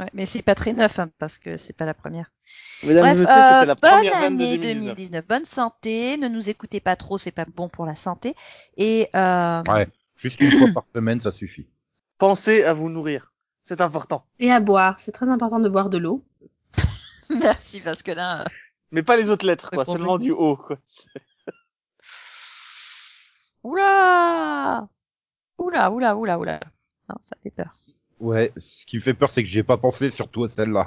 Ouais, mais c'est pas très neuf hein, parce que c'est pas la première. Mesdames et Bref, messieurs, euh, c'était la bonne première vanne de année 2019. Bonne santé. Ne nous écoutez pas trop, c'est pas bon pour la santé. Et euh, Ouais, juste une fois par semaine, ça suffit. Pensez à vous nourrir. C'est important. Et à boire, c'est très important de boire de l'eau. merci parce que là, euh, Mais pas les autres lettres, Ouais, quoi. pour Seulement du haut, quoi. oula, oula, oula, oula, oula. Non, ça fait peur. Ouais, ce qui me fait peur, c'est que j'ai pas pensé surtout à celle-là.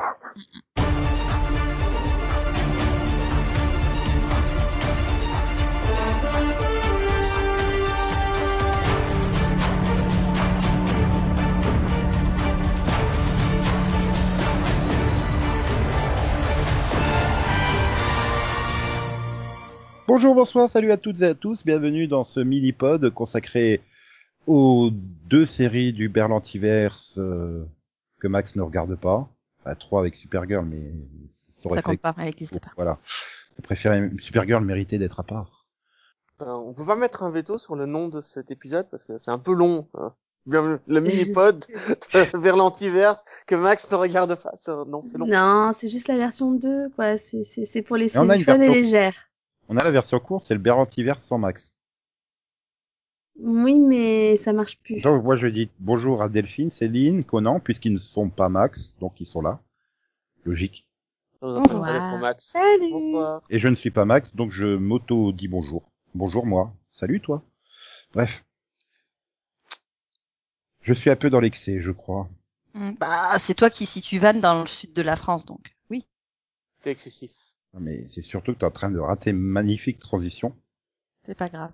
Bonjour, bonsoir, salut à toutes et à tous, bienvenue dans ce mini-pod consacré aux deux séries du Berlantiverse euh, que Max ne regarde pas. Enfin, trois avec Supergirl, mais ça aurait Ça fait... compte pas, elle existe pas. Voilà. Je préférais Supergirl méritait d'être à part. Euh, on peut pas mettre un veto sur le nom de cet épisode parce que c'est un peu long. hein. Bien, Le mini-pod de- vers l'antiverse que Max ne regarde pas. Ça, Non, c'est long. Non, c'est juste la version 2, quoi. C'est- C'est c'est pour les Et on a séries une fun et version- légères. On a la version courte, c'est le Berlantiverse sans Max. Oui, mais ça marche plus. Donc moi je dis bonjour à Delphine, Céline, Conan, puisqu'ils ne sont pas Max, donc ils sont là. Logique. Dans un Bonjour. podcast pour Max. Salut Bonsoir. Et je ne suis pas Max, donc je m'auto-dis bonjour. Bonjour moi. Salut toi. Bref. Je suis un peu dans l'excès, je crois. Mm, Bah, c'est toi qui situes Vannes dans le sud de la France, donc. Oui. T'es excessif. Non, Mais c'est surtout que t'es en train de rater une magnifique transition, C'est pas grave.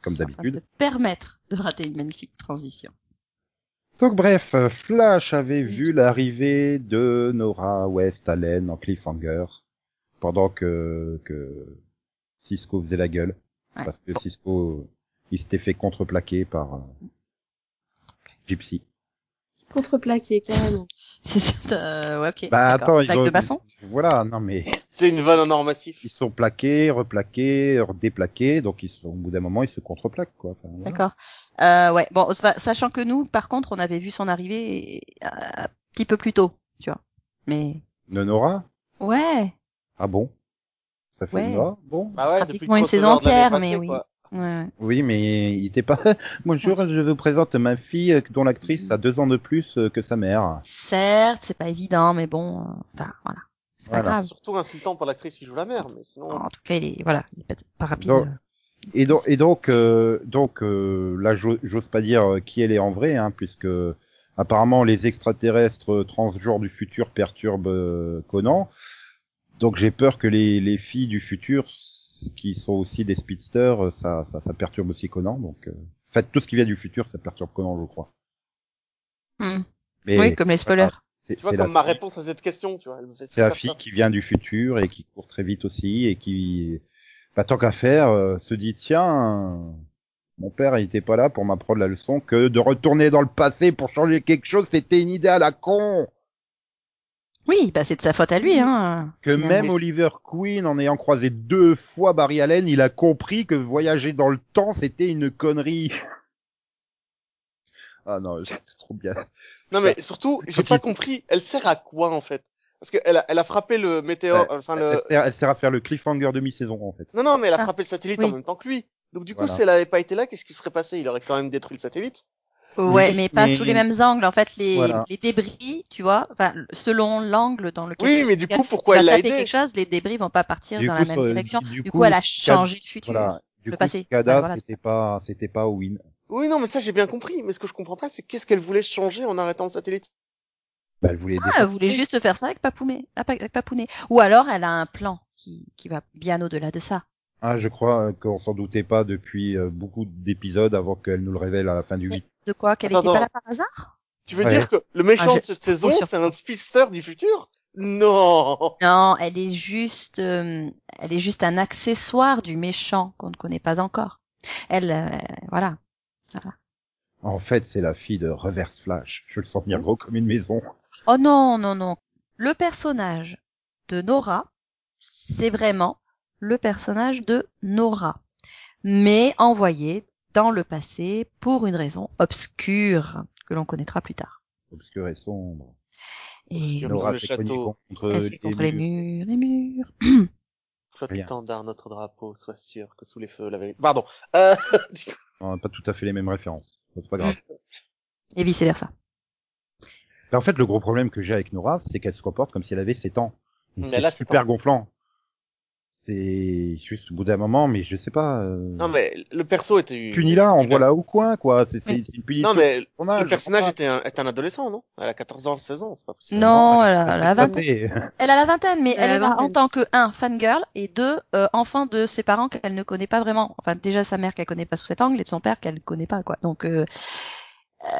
comme d'habitude. Ça va te permettre de rater une magnifique transition. Donc bref, euh, Flash avait vu l'arrivée de Nora West Allen en cliffhanger pendant que, que Cisco faisait la gueule. Ouais. Parce que Cisco, il s'était fait contreplaquer par euh, Gypsy. Contreplaqué, carrément. C'est c'est- euh, ouais, ok. Bah d'accord. attends, ils Blague ont... de basson. Voilà, non mais C'est une vanne en or massif. ils sont plaqués, replaqués, déplaqués, donc ils sont, au bout d'un moment ils se contreplaquent quoi. Enfin, voilà. D'accord. Euh, ouais. Bon, sa- sachant que nous, par contre, on avait vu son arrivée euh, un petit peu plus tôt, tu vois. Mais Ne Nora ouais, Ah bon Ça fait Ouais. Nora Bon Bah ouais, Pratiquement une saison entière, mais oui. ouais, ouais. Oui, mais il était pas. Bonjour, je vous présente ma fille euh, dont Mmh. l'actrice a deux ans de plus euh, que sa mère. certes, c'est pas évident, mais bon, euh, enfin voilà, c'est pas Voilà. grave. Surtout insultant pour l'actrice qui joue la mère, mais sinon. En tout cas, il est voilà, il est pas, pas rapide. Non. euh. Et donc, et donc, euh, donc euh, là, j'o- j'ose pas dire euh, qui elle est en vrai, hein, puisque apparemment les extraterrestres euh, transgenres du futur perturbent euh, Conan. Donc j'ai peur que les, les filles du futur, s- qui sont aussi des speedsters, euh, ça, ça, ça perturbe aussi Conan. Donc, euh... en fait, tout ce qui vient du futur, ça perturbe Conan, je crois. Hmm. Mais oui, comme les spoilers. c'est Tu vois, c'est comme la- ma réponse à cette question, tu vois. elle me fait C'est la super fille peur. qui vient du futur et qui court très vite aussi et qui, bah, tant qu'à faire, euh, se dit tiens, mon père il était pas là pour m'apprendre la leçon que de retourner dans le passé pour changer quelque chose, c'était une idée à la con. Oui, bah c'est de sa faute à lui, hein. Que finalement. même Oliver Queen, en ayant croisé deux fois Barry Allen, il a compris que voyager dans le temps c'était une connerie. ah non, c'est trop bien. Non mais surtout, j'ai Bah, Quand pas il- compris, elle sert à quoi en fait Parce que elle a, elle a frappé le météore, enfin Bah, Elle, le... sert, elle sert à faire le cliffhanger de mi-saison en fait. Non non, mais elle a Ah, frappé le satellite oui. en même temps que lui. Donc du coup, Voilà. si elle avait pas été là, qu'est-ce qui serait passé Il aurait quand même détruit le satellite. Ouais, Oui, mais pas mais- sous les mêmes angles. En fait, les, Voilà. les débris, tu vois, enfin, selon l'angle dans lequel. Oui, mais du lequel coup, tu pourquoi vas elle l'a taper aidé quelque chose, les débris vont pas partir Du dans coup, la même ça- direction. du Du coup, coup, elle a Cicada- changé de futur. Voilà. Du Le coup, passé. Cicada, Ah, voilà. c'était pas, c'était pas Win. Oui non, mais ça j'ai bien compris. Mais ce que je comprends pas, c'est qu'est-ce qu'elle voulait changer en arrêtant le satellite Bah, elle voulait Ah, elle voulait juste faire ça avec Papoumé, ah, pa- avec Papounet. Ou alors, elle a un plan qui, qui va bien au-delà de ça. Ah, je crois euh, qu'on s'en doutait pas depuis euh, beaucoup d'épisodes avant qu'elle nous le révèle à la fin du Mais 8. de quoi Qu'elle Attends, était attends. pas là par hasard Tu veux Ouais. dire que le méchant Ah, je- de cette saison, Oui, sur- c'est un speedster du futur Non. Non, elle est juste, euh, elle est juste un accessoire du méchant qu'on ne connaît pas encore. Elle, euh, voilà. En fait, c'est la fille de Reverse Flash. Je le sens Mmh. venir gros comme une maison. Oh non, non, non. Le personnage de Nora, c'est vraiment le personnage de Nora, mais envoyé dans le passé pour une raison obscure que l'on connaîtra plus tard. Obscur et sombre. Et Obscure. Nora le s'est cognée château. contre, elle, Ah, c'est contre les murs, les murs. Rien. Flottant d'art notre drapeau, sois sûr que sous les feux la vérité. Pardon. Euh, du coup, On n'a pas tout à fait les mêmes références. Bon, C'est pas grave. Et vice versa. Mais en fait, le gros problème que j'ai avec Nora, c'est qu'elle se comporte comme si elle avait 7 ans. Et Mais C'est là, c'est super gonflant. C'est juste au bout d'un moment, mais je sais pas. Euh... Non mais le perso était. Punila, on voit là au coin, quoi. C'est c'est- c'est une punition. Non mais pour le personnage était un, est un adolescent, non Elle a 14 ans, 16 ans, c'est pas possible. Non, elle a, elle a la vingtaine. Bah, Elle a la vingtaine, mais Elle a elle la est là en vingtaine. tant que un fangirl et deux euh, enfant de ses parents qu'elle ne connaît pas vraiment. Enfin déjà sa mère qu'elle connaît pas sous cet angle et de son père qu'elle connaît pas quoi. Donc euh,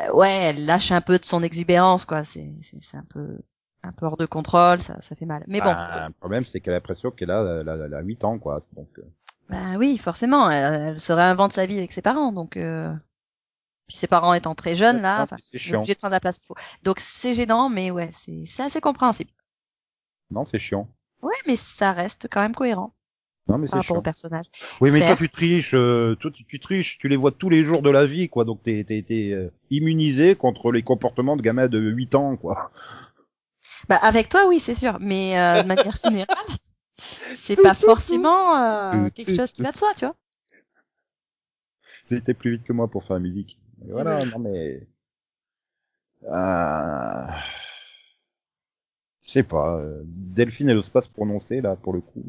euh, ouais, elle lâche un peu de son exubérance quoi. C'est c'est c'est un peu un peu hors de contrôle, ça ça fait mal. Mais bon, Ah, Le problème, c'est qu'elle a l'impression qu'elle a, elle a, elle a 8 ans, quoi. Donc, euh, bah oui forcément, elle, elle se réinvente sa vie avec ses parents donc. euh, Puis ses parents étant très jeunes là, enfin, c'est elle est chiant. obligée de prendre la place qu'il faut. Donc c'est gênant, mais ouais, c'est c'est assez compréhensible. Non, c'est chiant. Ouais, mais ça reste quand même cohérent Non, mais par c'est rapport au chiant. personnage. Oui, mais toi, certes. tu triches, euh, toi, tu, tu triches, tu les vois tous les jours de la vie, quoi. Donc, t'es, t'es, t'es euh, immunisé contre les comportements de gamins de 8 ans, quoi. Bah avec toi oui c'est sûr, mais euh, de manière générale c'est pas forcément euh, quelque chose qui va de soi tu vois. J'étais plus vite que moi pour faire la musique. Et voilà, non, mais. Euh... Je sais pas. euh, Delphine, elle n'ose pas se prononcer, là, pour le coup.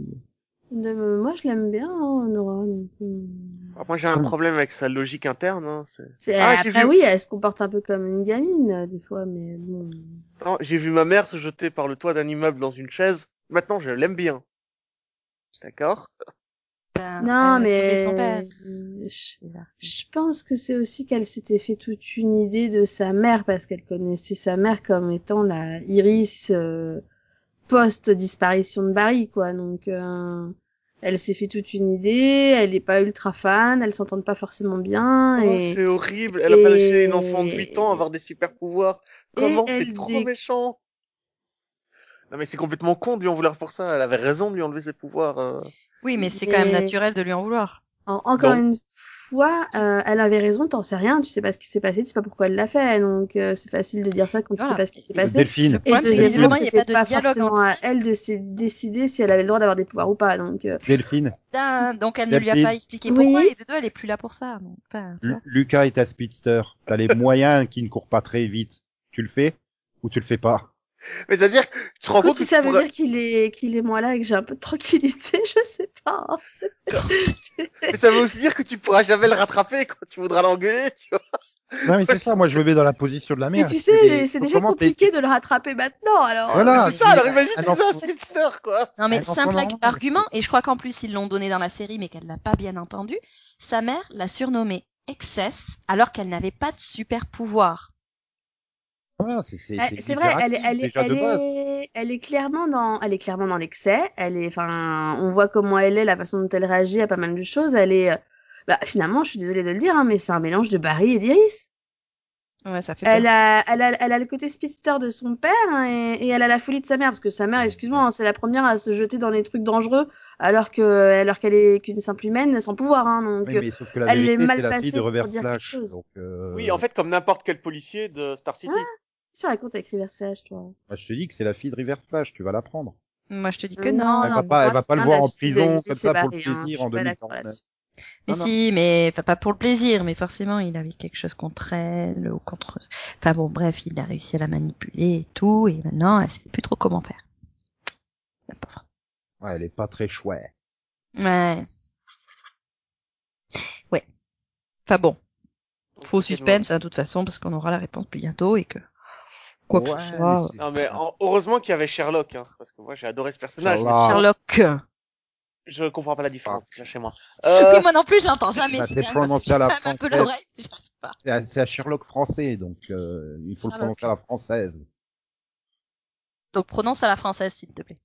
De- moi, je l'aime bien, hein, Nora. donc, euh, Ah, Moi j'ai un problème avec sa logique interne. Hein. c'est- c'est- Ah, j'ai après, vu- oui, elle se comporte un peu comme une gamine, euh, des fois, mais bon. Non, J'ai vu ma mère se jeter par le toit d'un immeuble dans une chaise. Maintenant je l'aime bien. D'accord. Ben, non, elle a sauvé mais. son père. Je, je pense que c'est aussi qu'elle s'était fait toute une idée de sa mère, parce qu'elle connaissait sa mère comme étant la Iris euh, post-disparition de Barry, quoi. Donc, euh, elle s'est fait toute une idée, elle n'est pas ultra fan, elles s'entendent pas forcément bien. Oh, et... c'est horrible. Elle a pas et- lâché une enfant de 8 ans avoir des super pouvoirs. Et Comment elle c'est trop dé- méchant. Non mais c'est complètement con de lui en vouloir pour ça. Elle avait raison de lui enlever ses pouvoirs. euh. Oui mais c'est quand même Mais- naturel de lui en vouloir. En- encore Bon. une fois, euh, elle avait raison, t'en sais rien, tu sais pas ce qui s'est passé, tu sais pas pourquoi elle l'a fait, donc euh, c'est facile de dire ça quand tu Voilà. sais pas ce qui s'est passé. Delphine. Et problème, c'est que deuxièmement, visiblement, il y a c'était pas de pas dialogue hein. entre forcément à filles. elle de sé- décider si elle avait le droit d'avoir des pouvoirs ou pas, donc euh, Delphine. Putain, donc elle ne lui a Delphine. pas expliqué pourquoi Oui. et de deux elle est plus là pour ça. Donc, enfin, tu Lu- vois. Lucas est un speedster. T'as les moyens qui ne courent pas très vite. Tu le fais ou tu le fais pas Mais c'est-à-dire, que tu te rends écoute, compte que si tu ça veut pourrais- dire qu'il est, qu'il est moins là et que j'ai un peu de tranquillité, je sais pas. hein. Ah, Mais ça veut aussi dire que tu pourras jamais le rattraper quand tu voudras l'engueuler, tu vois. Non mais c'est ça. Moi je me mets dans la position de la Mais mère. tu Je fais sais, des- c'est déjà comment t'es- compliqué de le rattraper maintenant, alors. Voilà. Ah, c'est ça, je- alors imagine, un c'est ça, un enfant- speedster, quoi. Non mais Elle en simple prend ag- marrant. argument et je crois qu'en plus ils l'ont donné dans la série mais qu'elle l'a pas bien entendu. Sa mère l'a surnommée Excess alors qu'elle n'avait pas de super pouvoir. Voilà, c'est c'est- Elle- c'est Eh, C'est vrai, elle est, libératif, elle est, déjà elle de base. est, elle est clairement dans, elle est clairement dans l'excès. Elle est, enfin, on voit comment elle est, la façon dont elle réagit à pas mal de choses. Elle est, euh, bah, finalement, je suis désolée de le dire, hein, mais c'est un mélange de Barry et d'Iris. Ouais ça fait peur. Elle a, elle a, elle a le côté speedster de son père hein, et, et elle a la folie de sa mère parce que sa mère, excuse-moi, hein, c'est la première à se jeter dans les trucs dangereux alors que, alors qu'elle est qu'une simple humaine sans pouvoir. Hein, donc, Oui, euh, mais sauf que la elle est vérité, mal c'est la fille placée de pour Reverse dire quelque Flash. chose. Donc, euh, Oui, en fait, comme n'importe quel policier de Star City. sur la compte avec Reverse Flash, toi. bah, je te dis que c'est la fille de Reverse Flash. Tu vas la prendre. Moi je te dis que Euh, Non, non. elle va pour pas, elle moi, va c'est pas le bien voir la en fille de prison Iris comme et ça pour le Barry, hein, je plaisir suis en pas 2000 d'accord là-dessus. Mais Non, non. si, mais enfin, pas pour le plaisir, mais forcément, il avait quelque chose contre elle ou contre. Enfin bon, bref, il a réussi à la manipuler et tout, et maintenant, elle sait plus trop comment faire. La pauvre. Ouais, elle est pas très chouette. Ouais. Ouais. Enfin bon, faux suspense, hein, de toute façon, parce qu'on aura la réponse bientôt et que quoi que Ouais, ce soit. mais Non, mais en- heureusement qu'il y avait Sherlock, hein, parce que moi j'ai adoré ce personnage. Sherlock. Ah. Sherlock. Je comprends pas la différence, déjà chez moi. Oui, Euh, moi non plus, j'entends jamais. Bah, c'est t'es dingue, parce que prononcé à la j'ai quand même un peu française. l'oreille, j'arrive pas. c'est un- c'est un Sherlock français, donc euh, il faut le Sherlock. prononcer à la française. Donc prononce à la française, s'il te plaît.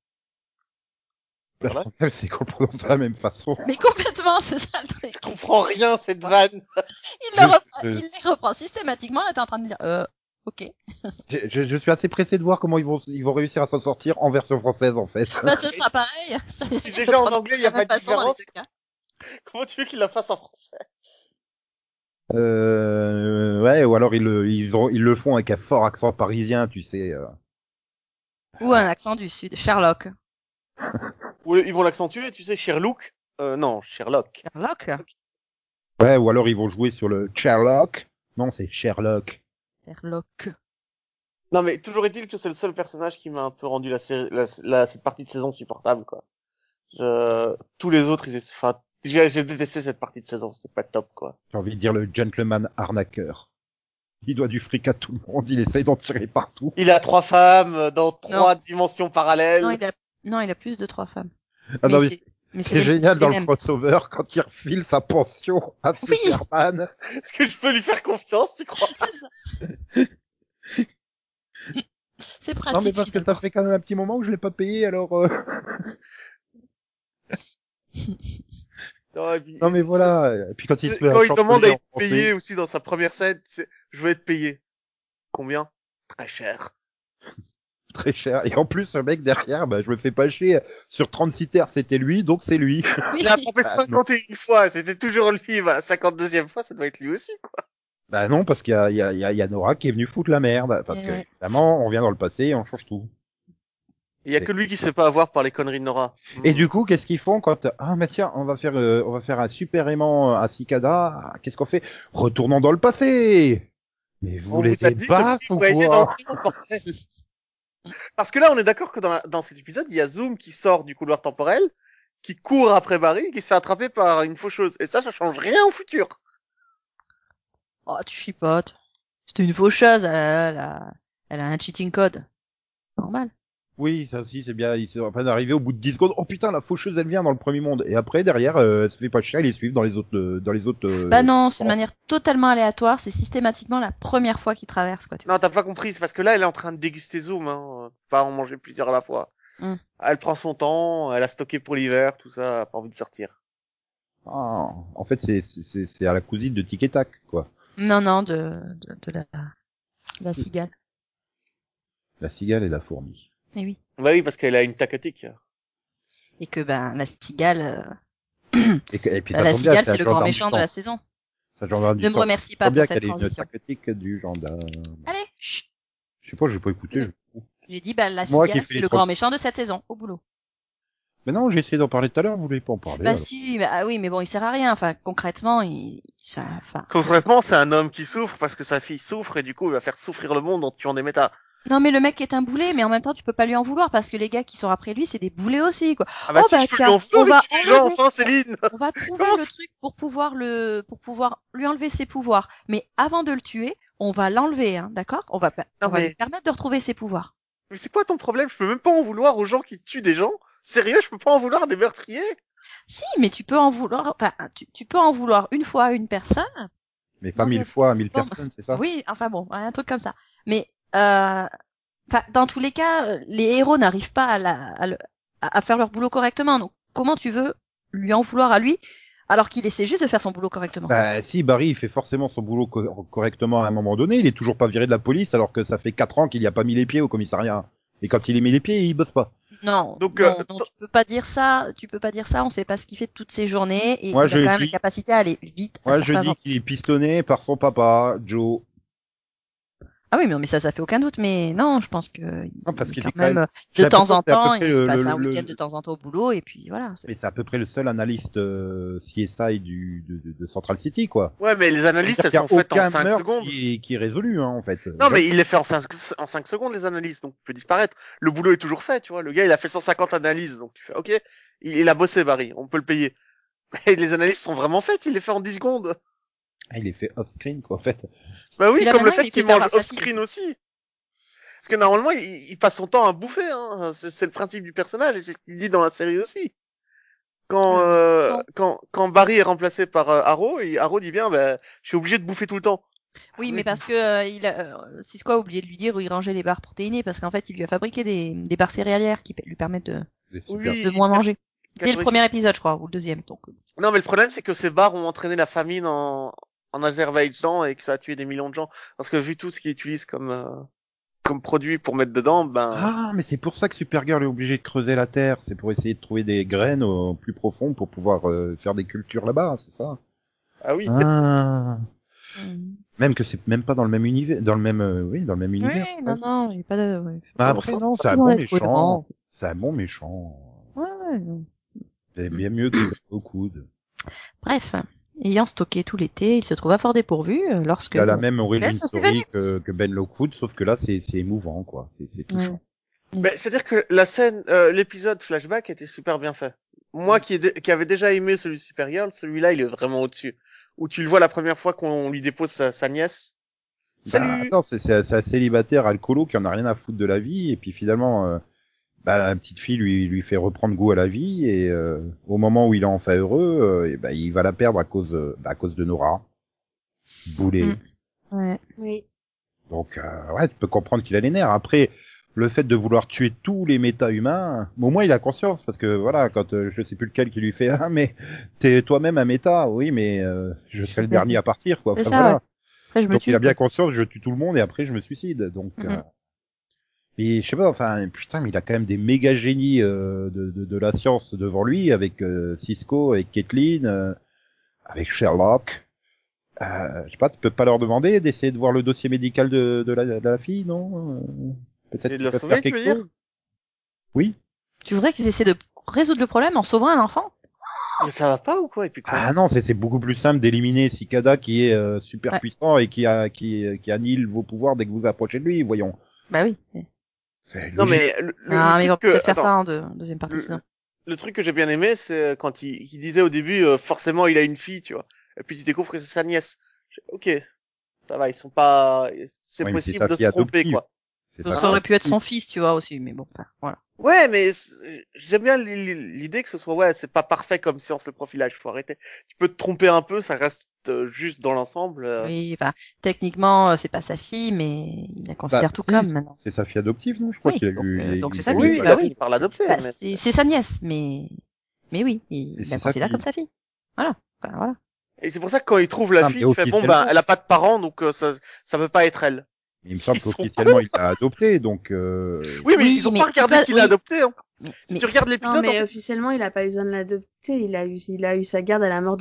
Le Voilà. problème, c'est qu'on le prononce de la même façon. Mais complètement, c'est ça le truc. Je comprends rien, cette vanne. Il, Je- le reprend, je- il les reprend systématiquement et t'es en train de dire, euh, ok. Je, je- je suis assez pressé de voir comment ils vont, ils vont réussir à s'en sortir en version française, en fait. Bah, ce sera pareil. Si déjà en anglais, il n'y a De la pas même de façon dans les différence, deux cas. comment tu veux qu'il la fasse en français? Euh, ouais, ou alors ils le, ils, ont- ils le font avec un fort accent parisien, tu sais. euh. Ou un accent du sud. Sherlock. Ou ils vont l'accentuer, tu sais, Sherlock. Euh, non, Sherlock. Sherlock? Ouais, ou alors ils vont jouer sur le Sherlock. Non, c'est Sherlock. Sherlock. Non, mais toujours est-il que c'est le seul personnage qui m'a un peu rendu la, série, la, la- cette partie de saison supportable, quoi. Je... Tous les autres, ils étaient, enfin, j'ai j'ai détesté cette partie de saison, c'était pas top, quoi. J'ai envie de dire le gentleman arnaqueur. Il doit du fric à tout le monde, il essaye d'en tirer partout. Il a trois femmes euh, dans trois dimensions parallèles. Non, il a, non, il a plus de trois femmes. Ah non, mais c'est- mais c'est les- génial c'est dans les le mêmes. crossover quand il refile sa pension à Oui. Superman. Est-ce que je peux lui faire confiance, tu crois pas Ah, C'est Non, pratique. mais parce que ça finalement. fait quand même un petit moment que je l'ai pas payé, alors. euh, Non, et puis- Non, mais voilà. Et puis quand il se fait Quand il chantonner demande à en être français, payé aussi dans sa première scène, tu sais, je veux être payé. Combien Très cher. très cher. Et en plus, le mec derrière, bah, je me fais pas chier. Sur 36 terres, c'était lui, donc c'est lui. Oui. Il a attrapé Ah, non. 51 fois, c'était toujours lui. Bah, 52e fois, ça doit être lui aussi, quoi. bah non, parce qu'il y a, il y, a, il y a- il y a Nora qui est venue foutre la merde. Parce Eh que, ouais. évidemment, on revient dans le passé et on change tout. Il y a que lui qui se fait pas avoir par les conneries de Nora. Et du coup, qu'est-ce qu'ils font quand ah mais tiens, on va faire euh, on va faire un super aimant euh, à cicada. Qu'est-ce qu'on fait Retournons dans le passé. Mais vous On les vous a dit que baffes vous ou voyagez quoi dans le temps, bordel. Parce que là, on est d'accord que dans, la- dans cet épisode, il y a Zoom qui sort du couloir temporel, qui court après Barry, qui se fait attraper par une faucheuse. Et ça, ça change rien au futur. Oh, tu chipotes. C'était une faucheuse. Elle a, elle a, elle a un cheating code. Normal. Euh, Oui, ça aussi c'est bien. Ils sont en train d'arriver au bout de 10 secondes. Oh putain, la faucheuse elle vient dans le premier monde et après derrière, euh, elle se fait pas chier, elle les suit dans les autres euh, dans les autres. euh, Bah non, c'est une bon. manière totalement aléatoire. C'est systématiquement la première fois qu'il traverse, quoi. Tu vois. Non, t'as pas compris, c'est parce que là, elle est en train de déguster Zoom, hein. Faut pas en manger plusieurs à la fois. Hmm. Elle prend son temps, elle a stocké pour l'hiver, tout ça, elle a pas envie de sortir. ah, en fait, c'est c'est- c'est c'est à la cousine de Tic et Tac quoi. Non, non, de, de, de la, de la cigale. La cigale et la fourmi. Mais oui. Bah oui, parce qu'elle a une tactique. Et que, ben, la cigale, euh, Et, que- et puis bah, ça la tombe bien, cigale, c'est un c'est le grand gendarme méchant du de la temps. saison. C'est un gendarme du Ne me temps. remercie Ça pas tombe bien pour qu'elle cette ait une transition. tactique du gendarme. Allez, chut. Je sais pas, j'ai pas écouté. je- J'ai dit, bah, la Moi qui cigale, fais c'est les le trois- grand méchant de cette saison. Au boulot. Mais non, j'ai essayé d'en parler tout à l'heure, vous voulez pas en parler. Bah alors. si, bah ah oui, mais bon, il sert à rien. Enfin, concrètement, il, ça, enfin. Concrètement, c'est un homme qui souffre parce que sa fille souffre et du coup, il va faire souffrir le monde en tuant des méta. Non, mais le mec est un boulet, mais en même temps, tu peux pas lui en vouloir parce que les gars qui sont après lui, c'est des boulets aussi, quoi. Ah bah Oh si, bah je peux tiens, lui en on va vouloir, mais tu les gens, enlever- enfin, Céline! On va trouver Comment le ça truc pour pouvoir le, pour pouvoir lui enlever ses pouvoirs. Mais avant de le tuer, on va l'enlever, hein, d'accord On va, pas- Non, on va mais- lui permettre de retrouver ses pouvoirs. Mais c'est quoi ton problème? Je peux même pas en vouloir aux gens qui tuent des gens. Sérieux, je peux pas en vouloir à des meurtriers? Si, mais tu peux en vouloir, enfin, tu, tu peux en vouloir une fois à une personne. Mais pas Non, mille ça- fois, à mille bon, personnes, c'est ça Oui, enfin bon, ouais, un truc comme ça. Mais euh, enfin, dans tous les cas, euh, les héros n'arrivent pas à, la- à le- à- à faire leur boulot correctement. Donc comment tu veux lui en vouloir à lui alors qu'il essaie juste de faire son boulot correctement Bah si, Barry, il fait forcément son boulot co- correctement à un moment donné. Il est toujours pas viré de la police alors que ça fait quatre ans qu'il n'y a pas mis les pieds au commissariat. Et quand il y met les pieds, il bosse pas. Non, donc, non, euh, non, t- tu peux pas dire ça. Tu peux pas dire ça. On sait pas ce qu'il fait toutes ses journées et Moi, il a je quand même dis- la capacité à aller vite. à Moi, je certains dis endroits. qu'il est pistonné par son papa, Joe. Ah oui, mais, mais ça, ça fait aucun doute. Mais non, je pense que Non, parce il- qu'il est quand quand même, même- euh, j'ai de temps l'impression en que c'est à peu temps, près il le- passe le- un le- week-end de temps en temps au boulot et puis voilà. c'est- Mais c'est à peu près le seul analyste euh, CSI du, de, de- de Central City, quoi. Ouais, mais les analyses, elles Il y a sont faites en aucun 5 meurtre secondes. qui est, qui est résolu, hein, en fait. Non, mais il les fait en 5, en cinq secondes, les analyses, donc tu peux disparaître. Le boulot est toujours fait, tu vois. Le gars, il a fait 150 analyses, donc tu fais, ok, il, il a bossé, Barry, on peut le payer. Mais les analyses sont vraiment faites, il les fait en 10 secondes. Ah, il est fait off-screen, quoi, en fait. Bah oui, Puis là, comme le maintenant, il fait est qu'il fait faire mange par sa fille off-screen aussi. Parce que normalement, il, il passe son temps à bouffer, hein. C'est c'est le principe du personnage, et c'est ce qu'il dit dans la série aussi. Quand, Ouais, euh, bon. quand, quand Barry est remplacé par euh, Arrow, il- Arrow dit bien, bah, je suis obligé de bouffer tout le temps. Oui, Oui. mais parce que euh, il a, euh, Cisco a oublié de lui dire où il rangeait les barres protéinées, parce qu'en fait, il lui a fabriqué des, des barres céréalières qui pa- lui permettent de, C'est Oui, super. de moins manger. Dès le premier épisode, je crois, ou le deuxième. Donc, euh. Non, mais le problème, c'est que ces bars ont entraîné la famine en, en Azerbaïdjan et que ça a tué des millions de gens. Parce que vu tout ce qu'ils utilisent comme, euh, comme produit pour mettre dedans, ben, Ah, mais c'est pour ça que Supergirl est obligée de creuser la terre. C'est pour essayer de trouver des graines au plus profond pour pouvoir euh, faire des cultures là-bas, c'est ça hein. ah oui. Ah. Mm. Même que c'est même pas dans le même univers, dans le même, euh, oui, dans le même univers. Oui, non, non, il n'y a pas de. ouais. Bah, Faut- après, faut- non, faut c'est un qu'ils en bon aient trouvé méchant. C'est un bon méchant. vraiment. Ouais, ouais, non. C'est bien mieux que Ben au coude. Bref, ayant stocké tout l'été, il se trouva fort dépourvu euh, lorsque. Il a la même origin Laisse, on fait story venir. que, que Ben Lockwood, sauf que là, c'est c'est émouvant, quoi. C'est c'est Ouais. touchant. Ben, c'est-à-dire que la scène, euh, l'épisode flashback était super bien fait. Moi Mm. qui, ai dé- qui avait déjà aimé celui de Supergirl, celui-là, il est vraiment au-dessus. Où tu le vois la première fois qu'on lui dépose sa, sa nièce. Bah, Salut. attends, c'est c'est- c'est un célibataire alcoolo qui en a rien à foutre de la vie, et puis finalement, euh, bah, la petite fille lui, lui fait reprendre goût à la vie, et euh, au moment où il est enfin heureux, euh, et bah, il va la perdre à cause, euh, bah, à cause de Nora. Boulet. Mm. Ouais. Oui. Donc, euh, ouais, tu peux comprendre qu'il a les nerfs. Après, le fait de vouloir tuer tous les méta-humains, au moins il a conscience, parce que voilà, quand euh, je sais plus lequel qui lui fait, ah, mais t'es toi-même un méta, oui, mais euh, je serai le dernier à partir, quoi. C'est Enfin, ça, voilà. ouais. Après, je me Donc tue. il a bien conscience, je tue tout le monde et après je me suicide. Donc, Mhm. euh, mais je sais pas, enfin, putain, mais il a quand même des méga génies euh, de, de, de la science devant lui, avec euh, Cisco, avec Kathleen, euh, avec Sherlock. Euh, je sais pas, tu peux pas leur demander d'essayer de voir le dossier médical de, de, la, de la fille, non Euh, Essayer Peut-être de qu'ils la peuvent sauver, faire tu quelque veux dire chose. Oui. Tu voudrais qu'ils essaient de résoudre le problème en sauvant un enfant Mais ça va pas ou quoi Et puis quoi Ah non, c'est c'est beaucoup plus simple d'éliminer Cicada qui est euh, super Ouais. puissant et qui, a, qui, qui annihile vos pouvoirs dès que vous vous approchez de lui, voyons. Bah oui. C'est Non logique. mais le, le- Ah, le mais ils vont truc que- peut-être faire attends, ça en deux- en deuxième partie. Le- sinon. le truc que j'ai bien aimé, c'est euh, quand il, il disait au début, euh, forcément, il a une fille, tu vois. Et puis tu découvres que c'est sa nièce. Je- Ok, ça va, ils sont pas. C'est Ouais, mais c'est possible sa de se fille tromper, adoptive. quoi. C'est Donc, pas ça aurait grave. pu être son fils, tu vois, aussi. Mais bon, enfin, voilà. Ouais, mais c'est- j'aime bien l'i- l'i- l'idée que ce soit ouais, c'est pas parfait comme science le profilage. Faut arrêter. Tu peux te tromper un peu, ça reste euh, juste dans l'ensemble. euh. Oui, enfin, techniquement, euh, c'est pas sa fille, mais il la Bah, considère tout si, comme maintenant. C'est sa fille adoptive, non Je crois Oui, qu'il a donc, eu. euh, il a eu donc une c'est sa famille. fille, oui, il bah a oui. fini par l'adopter. Bah, mais- c'est c'est sa nièce, mais mais oui, il, Mais il c'est la sa considère fille. comme sa fille. Voilà. Enfin, voilà. Et c'est pour ça que quand il trouve la Ah, mais fille, il fait bon, bah, officiellement. elle a pas de parents, donc euh, ça, ça peut pas être elle. Mais Il me semble Ils sont qu'officiellement il l'a adopté, donc. Euh... Oui, mais Oui, ils ont mais pas ils regardé peuvent- qu'il a oui. adopté. Hein. Mais, Si mais tu regardes Non, l'épisode, mais en- officiellement, il a pas eu besoin de l'adopter. Il a eu, il a eu sa garde à la mort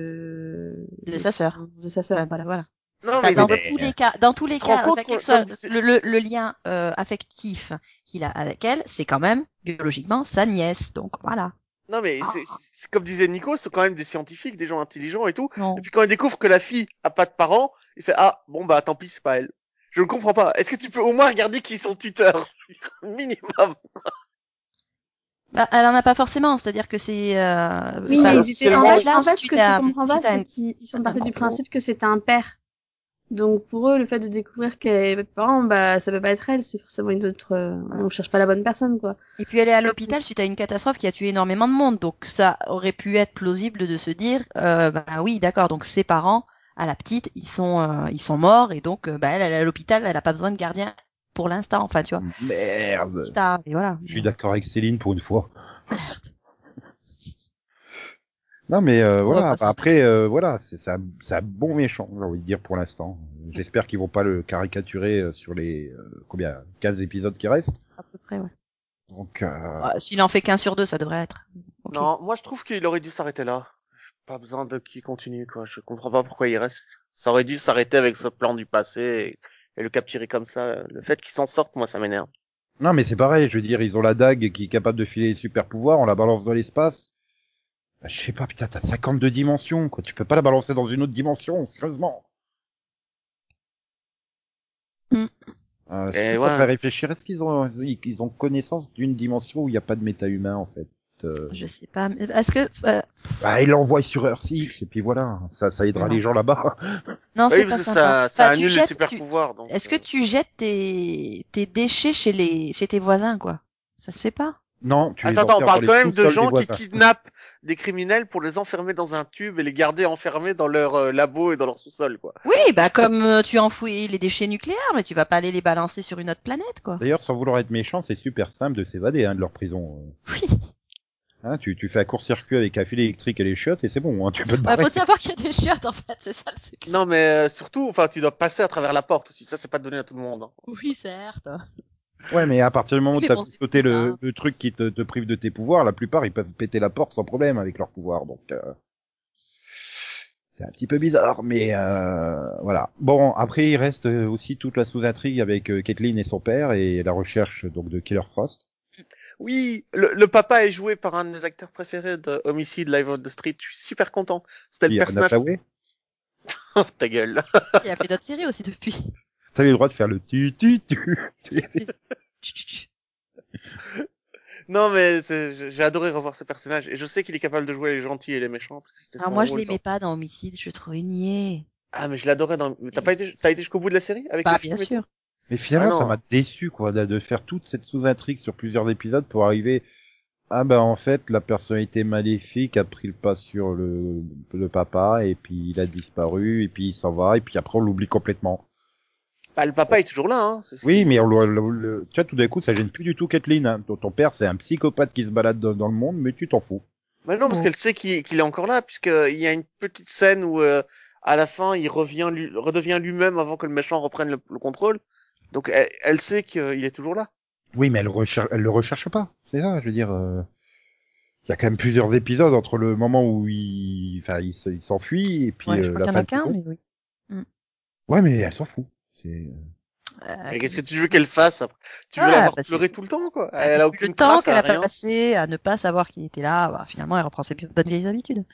de De sa sœur. De sa ça, sœur, voilà. voilà. voilà. non, Bah, mais euh, dans mais- tous les cas, dans tous les Tu te rends cas, compte enfin, quel qu'on- que soit comme c'est- le, le- le lien euh, affectif qu'il a avec elle, c'est quand même biologiquement sa nièce. Donc voilà. non, mais Ah. c'est c'est- comme disait Nico, ce sont quand même des scientifiques, des gens intelligents et tout. Non. Et puis quand il découvre que la fille a pas de parents, il fait ah bon bah tant pis c'est pas elle. Je ne comprends pas. Est-ce que tu peux au moins regarder qui est son tuteur minimum Bah, elle en a pas forcément, c'est-à-dire que c'est. Euh, Oui, mais ça- Alors, ils c'est étaient... le en, mariage fait, en fait, ce suite que à- tu comprends pas, suite à c'est une- qu'ils ils sont partis Ah, du bon. principe que c'était un père. Donc pour eux, le fait de découvrir qu'elle est parent, bah ça peut pas être elle, c'est forcément une autre. euh, On cherche pas la bonne personne, quoi. Et puis elle est à l'hôpital suite à une catastrophe qui a tué énormément de monde. Donc ça aurait pu être plausible de se dire, euh, bah oui, d'accord. Donc ses parents à la petite, ils sont, euh, ils sont morts et donc euh, bah, elle, elle est à l'hôpital, elle a pas besoin de gardien pour l'instant. Enfin, tu vois. Merde. Quitte à- Et voilà. Je suis d'accord avec Céline pour une fois. Non mais euh, On va voilà. pas se- après euh, voilà, c'est c'est un, c'est un bon méchant, j'ai envie de dire pour l'instant. J'espère qu'ils vont pas le caricaturer euh, sur les euh, combien 15 épisodes qui restent. À peu près. Ouais. Donc euh, Ah, S'il en fait qu'un sur deux, ça devrait être. Ok. Non, moi je trouve qu'il aurait dû s'arrêter là. Pas besoin de qu'il continue quoi. Je comprends pas pourquoi il reste. Ça aurait dû s'arrêter avec ce plan du passé et, et le capturer comme ça. Le fait qu'il s'en sorte, moi ça m'énerve. non mais c'est pareil. Je veux dire, ils ont la dague qui est capable de filer les super pouvoirs, on la balance dans l'espace. Bah, je sais pas, putain, t'as 52 dimensions, quoi. Tu peux pas la balancer dans une autre dimension, sérieusement. Mm. Euh, Eh je pense ouais. Ça fait réfléchir. Est-ce qu'ils ont, ils ont connaissance d'une dimension où il n'y a pas de méta-humain, en fait euh... Je sais pas. mais Est-ce que euh, Bah, ils l'envoient sur Earth X, et puis voilà. Ça, ça aidera Non. les gens là-bas. Bah non, oui, c'est pas parce que sympa. ça, ça Enfin, tu annule les jettes- super tu- pouvoirs. donc, Est-ce que euh, tu jettes tes, tes déchets chez les chez tes voisins quoi Ça se fait pas Non, tu les Attends, attends, on enfermes parle dans quand les même de sous-sols des gens qui voisins. kidnappent des criminels pour les enfermer dans un tube et les garder enfermés dans leur euh, labo et dans leur sous-sol, quoi. Oui, bah comme euh, tu enfouis les déchets nucléaires, mais tu vas pas aller les balancer sur une autre planète, quoi. D'ailleurs, sans vouloir être méchant, c'est super simple de s'évader hein, de leur prison. Oui. Hein, tu, tu fais un court-circuit avec un filet électrique et les chiottes et c'est bon, hein, tu peux te Bah, barrer. faut savoir qu'il y a des chiottes en fait, c'est ça le truc. Non, mais euh, surtout, enfin, tu dois passer à travers la porte aussi. Ça, c'est pas donné à tout le monde. hein. Oui, certes. Ouais, mais à partir du moment où Mais t'as bon, fait c'est sauté le, bizarre. le truc qui te, te prive de tes pouvoirs, la plupart ils peuvent péter la porte sans problème avec leur pouvoir, donc euh, c'est un petit peu bizarre, mais euh, voilà. Bon, après il reste euh, aussi toute la sous-intrigue avec euh, Caitlyn et son père et la recherche donc de Killer Frost. Oui, le, le papa est joué par un de mes acteurs préférés de Homicide Live on the Street. Je suis super content. C'était le Qui est Anna personnage. Tawai. Oh, ta gueule. Il a fait d'autres séries aussi depuis. T'avais le droit de faire le tu tu tu. Tch, tch, tch. Non, mais c'est- j'ai j'ai adoré revoir ce personnage et je sais qu'il est capable de jouer les gentils et les méchants. Parce que c'était Alors son Ah, moi, je rôle l'aimais dans- pas dans Homicide, je le trouvais niais. Ah, mais je l'adorais dans. T'as pas été, t'as été jusqu'au bout de la série avec Bah, le bien film et sûr. Mais finalement Ah non. ça m'a déçu quoi de, de faire toute cette sous-intrigue sur plusieurs épisodes pour arriver ah ben en fait la personnalité maléfique a pris le pas sur le, le papa et puis il a disparu et puis il s'en va et puis après on l'oublie complètement. tout Bah, le papa est toujours là. Hein. c'est ce Oui qui- mais on, le- le- le- tu vois tout d'un coup ça gêne plus du tout Kathleen. Hein. Ton, ton père c'est un psychopathe qui se balade dans, dans le monde mais tu t'en fous. Mais non, parce Oh. qu'elle sait qu'il qu'il est encore là, puisqu'il y a une petite scène où, euh, à la fin, il revient, lui- redevient lui-même avant que le méchant reprenne le, le contrôle. Donc, elle, elle sait qu'il est toujours là. Oui mais elle, recherche, elle le recherche pas. C'est ça je veux dire. euh, Il y a quand même plusieurs épisodes entre le moment où il, enfin, il, se- il s'enfuit et puis Ouais, euh, je crois la qu'il y en fin a de qu'un, saison. mais oui. Ouais, mais elle s'en fout. C'est- Euh, Mais qu'est-ce que tu veux qu'elle fasse après Tu veux Ah, la voir bah, pleurer c'est- tout le temps, quoi. Avec Elle a aucune le temps trace, qu'elle elle a a pas rien. passé à ne pas savoir qu'il était là, bah, finalement, elle reprend ses bonnes vieilles habitudes.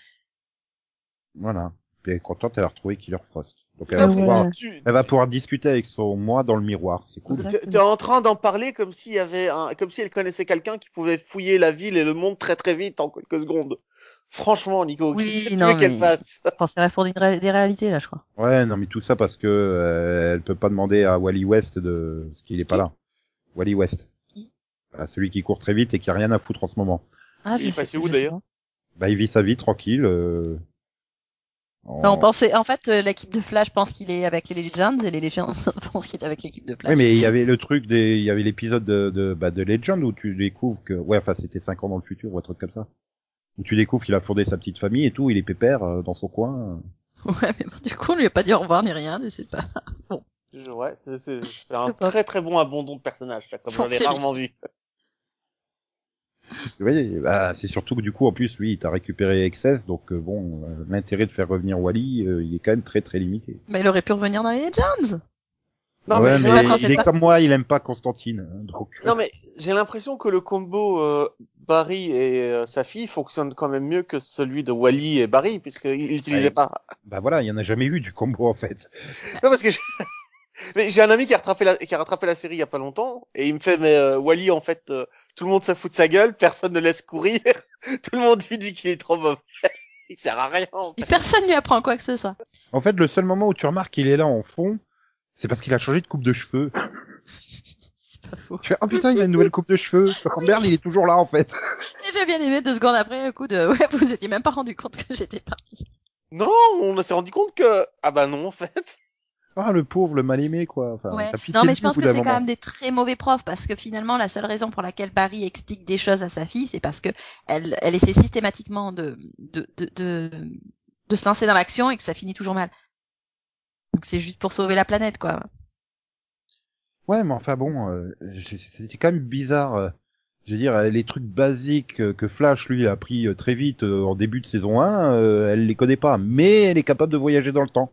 Voilà. Puis elle est contente, elle a retrouvé Killer Frost. Donc elle Ah, va, voilà. pouvoir, Tu elle va pouvoir discuter avec son moi dans le miroir. C'est cool. Exact. es en train d'en parler comme s'il y avait un, comme si elle connaissait quelqu'un qui pouvait fouiller la ville et le monde très très vite en quelques secondes. Franchement, Nico, Oui, qu'est-ce que tu non, veux qu'elle mais- Ah, fasse Enfin, c'est vrai pour une ré- des réalités, là, je crois. Ouais, non, mais tout ça parce que euh, elle peut pas demander à Wally West de parce qu'il est pas là. Wally West. Qui Voilà, celui qui court très vite et qui a rien à foutre en ce moment. Ah, Il est passé où, sais d'ailleurs pas. Bah, il vit sa vie tranquille. euh, en- Enfin, on pensait, Bah, en fait, euh, l'équipe de Flash pense qu'il est avec les Legends et les Legends pensent qu'il est avec l'équipe de Flash. Oui, mais il y avait le truc des, il y avait l'épisode de, de, bah, de Legend où tu découvres que, ouais, enfin, c'était 5 ans dans le futur ou un truc comme ça. Où tu découvres qu'il a fondé sa petite famille et tout, il est pépère euh, dans son coin. Ouais, mais bon, du coup, on lui a pas dit au revoir ni rien, tu sais pas. Je- Ouais, c'est- c'est c'est un sais pas. très très bon abandon de personnage, ça, comme j'en ai C'est- rarement vu. Vous voyez, bah, c'est surtout que du coup, en plus, lui, il t'a récupéré Excess, donc euh, bon, euh, l'intérêt de faire revenir Wally, euh, il est quand même très très limité. Mais Bah, il aurait pu revenir dans les Legends. Non, Ouais, mais mais- j'ai- Sans il cette est partie. comme moi, il aime pas Constantine, hein, donc. euh, non, mais j'ai l'impression que le combo euh, Barry et euh, sa fille fonctionne quand même mieux que celui de Wally et Barry, puisqu'ils l'utilisaient Ouais. pas. Bah voilà, il y en a jamais eu du combo en fait. Non, parce que je- mais j'ai un ami qui a, rattrapé la... qui a rattrapé la série il y a pas longtemps, et il me fait, mais euh, Wally, en fait, euh, tout le monde se fout de sa gueule, personne ne laisse courir, tout le monde lui dit qu'il est trop mauvais, il sert à rien. en Et fait. personne lui apprend quoi que ce soit. En fait, le seul moment où tu remarques qu'il est là en fond, c'est parce qu'il a changé de coupe de cheveux. C'est pas faux. Tu fais, oh putain, il a une nouvelle coupe de cheveux. Merde, il est toujours là en fait. Et j'ai bien aimé deux secondes après le coup de, ouais, vous vous étiez même pas rendu compte que j'étais partie. Non, on s'est rendu compte que, ah bah non, en fait. Ah, le pauvre, le mal-aimé, quoi. Enfin, Ouais. t'as pitié Non, de mais je lui au pense bout que d'un c'est quand moment. même des très mauvais profs parce que finalement, la seule raison pour laquelle Barry explique des choses à sa fille, c'est parce que elle, elle essaie systématiquement de, de, de, de, de se lancer dans l'action et que ça finit toujours mal. Donc c'est juste pour sauver la planète, quoi. Ouais, mais enfin bon, euh, je- c'était quand même bizarre. euh, je veux dire, euh, les trucs basiques euh, que Flash, lui, a appris euh, très vite euh, en début de saison 1, euh, elle les connaît pas, mais elle est capable de voyager dans le temps.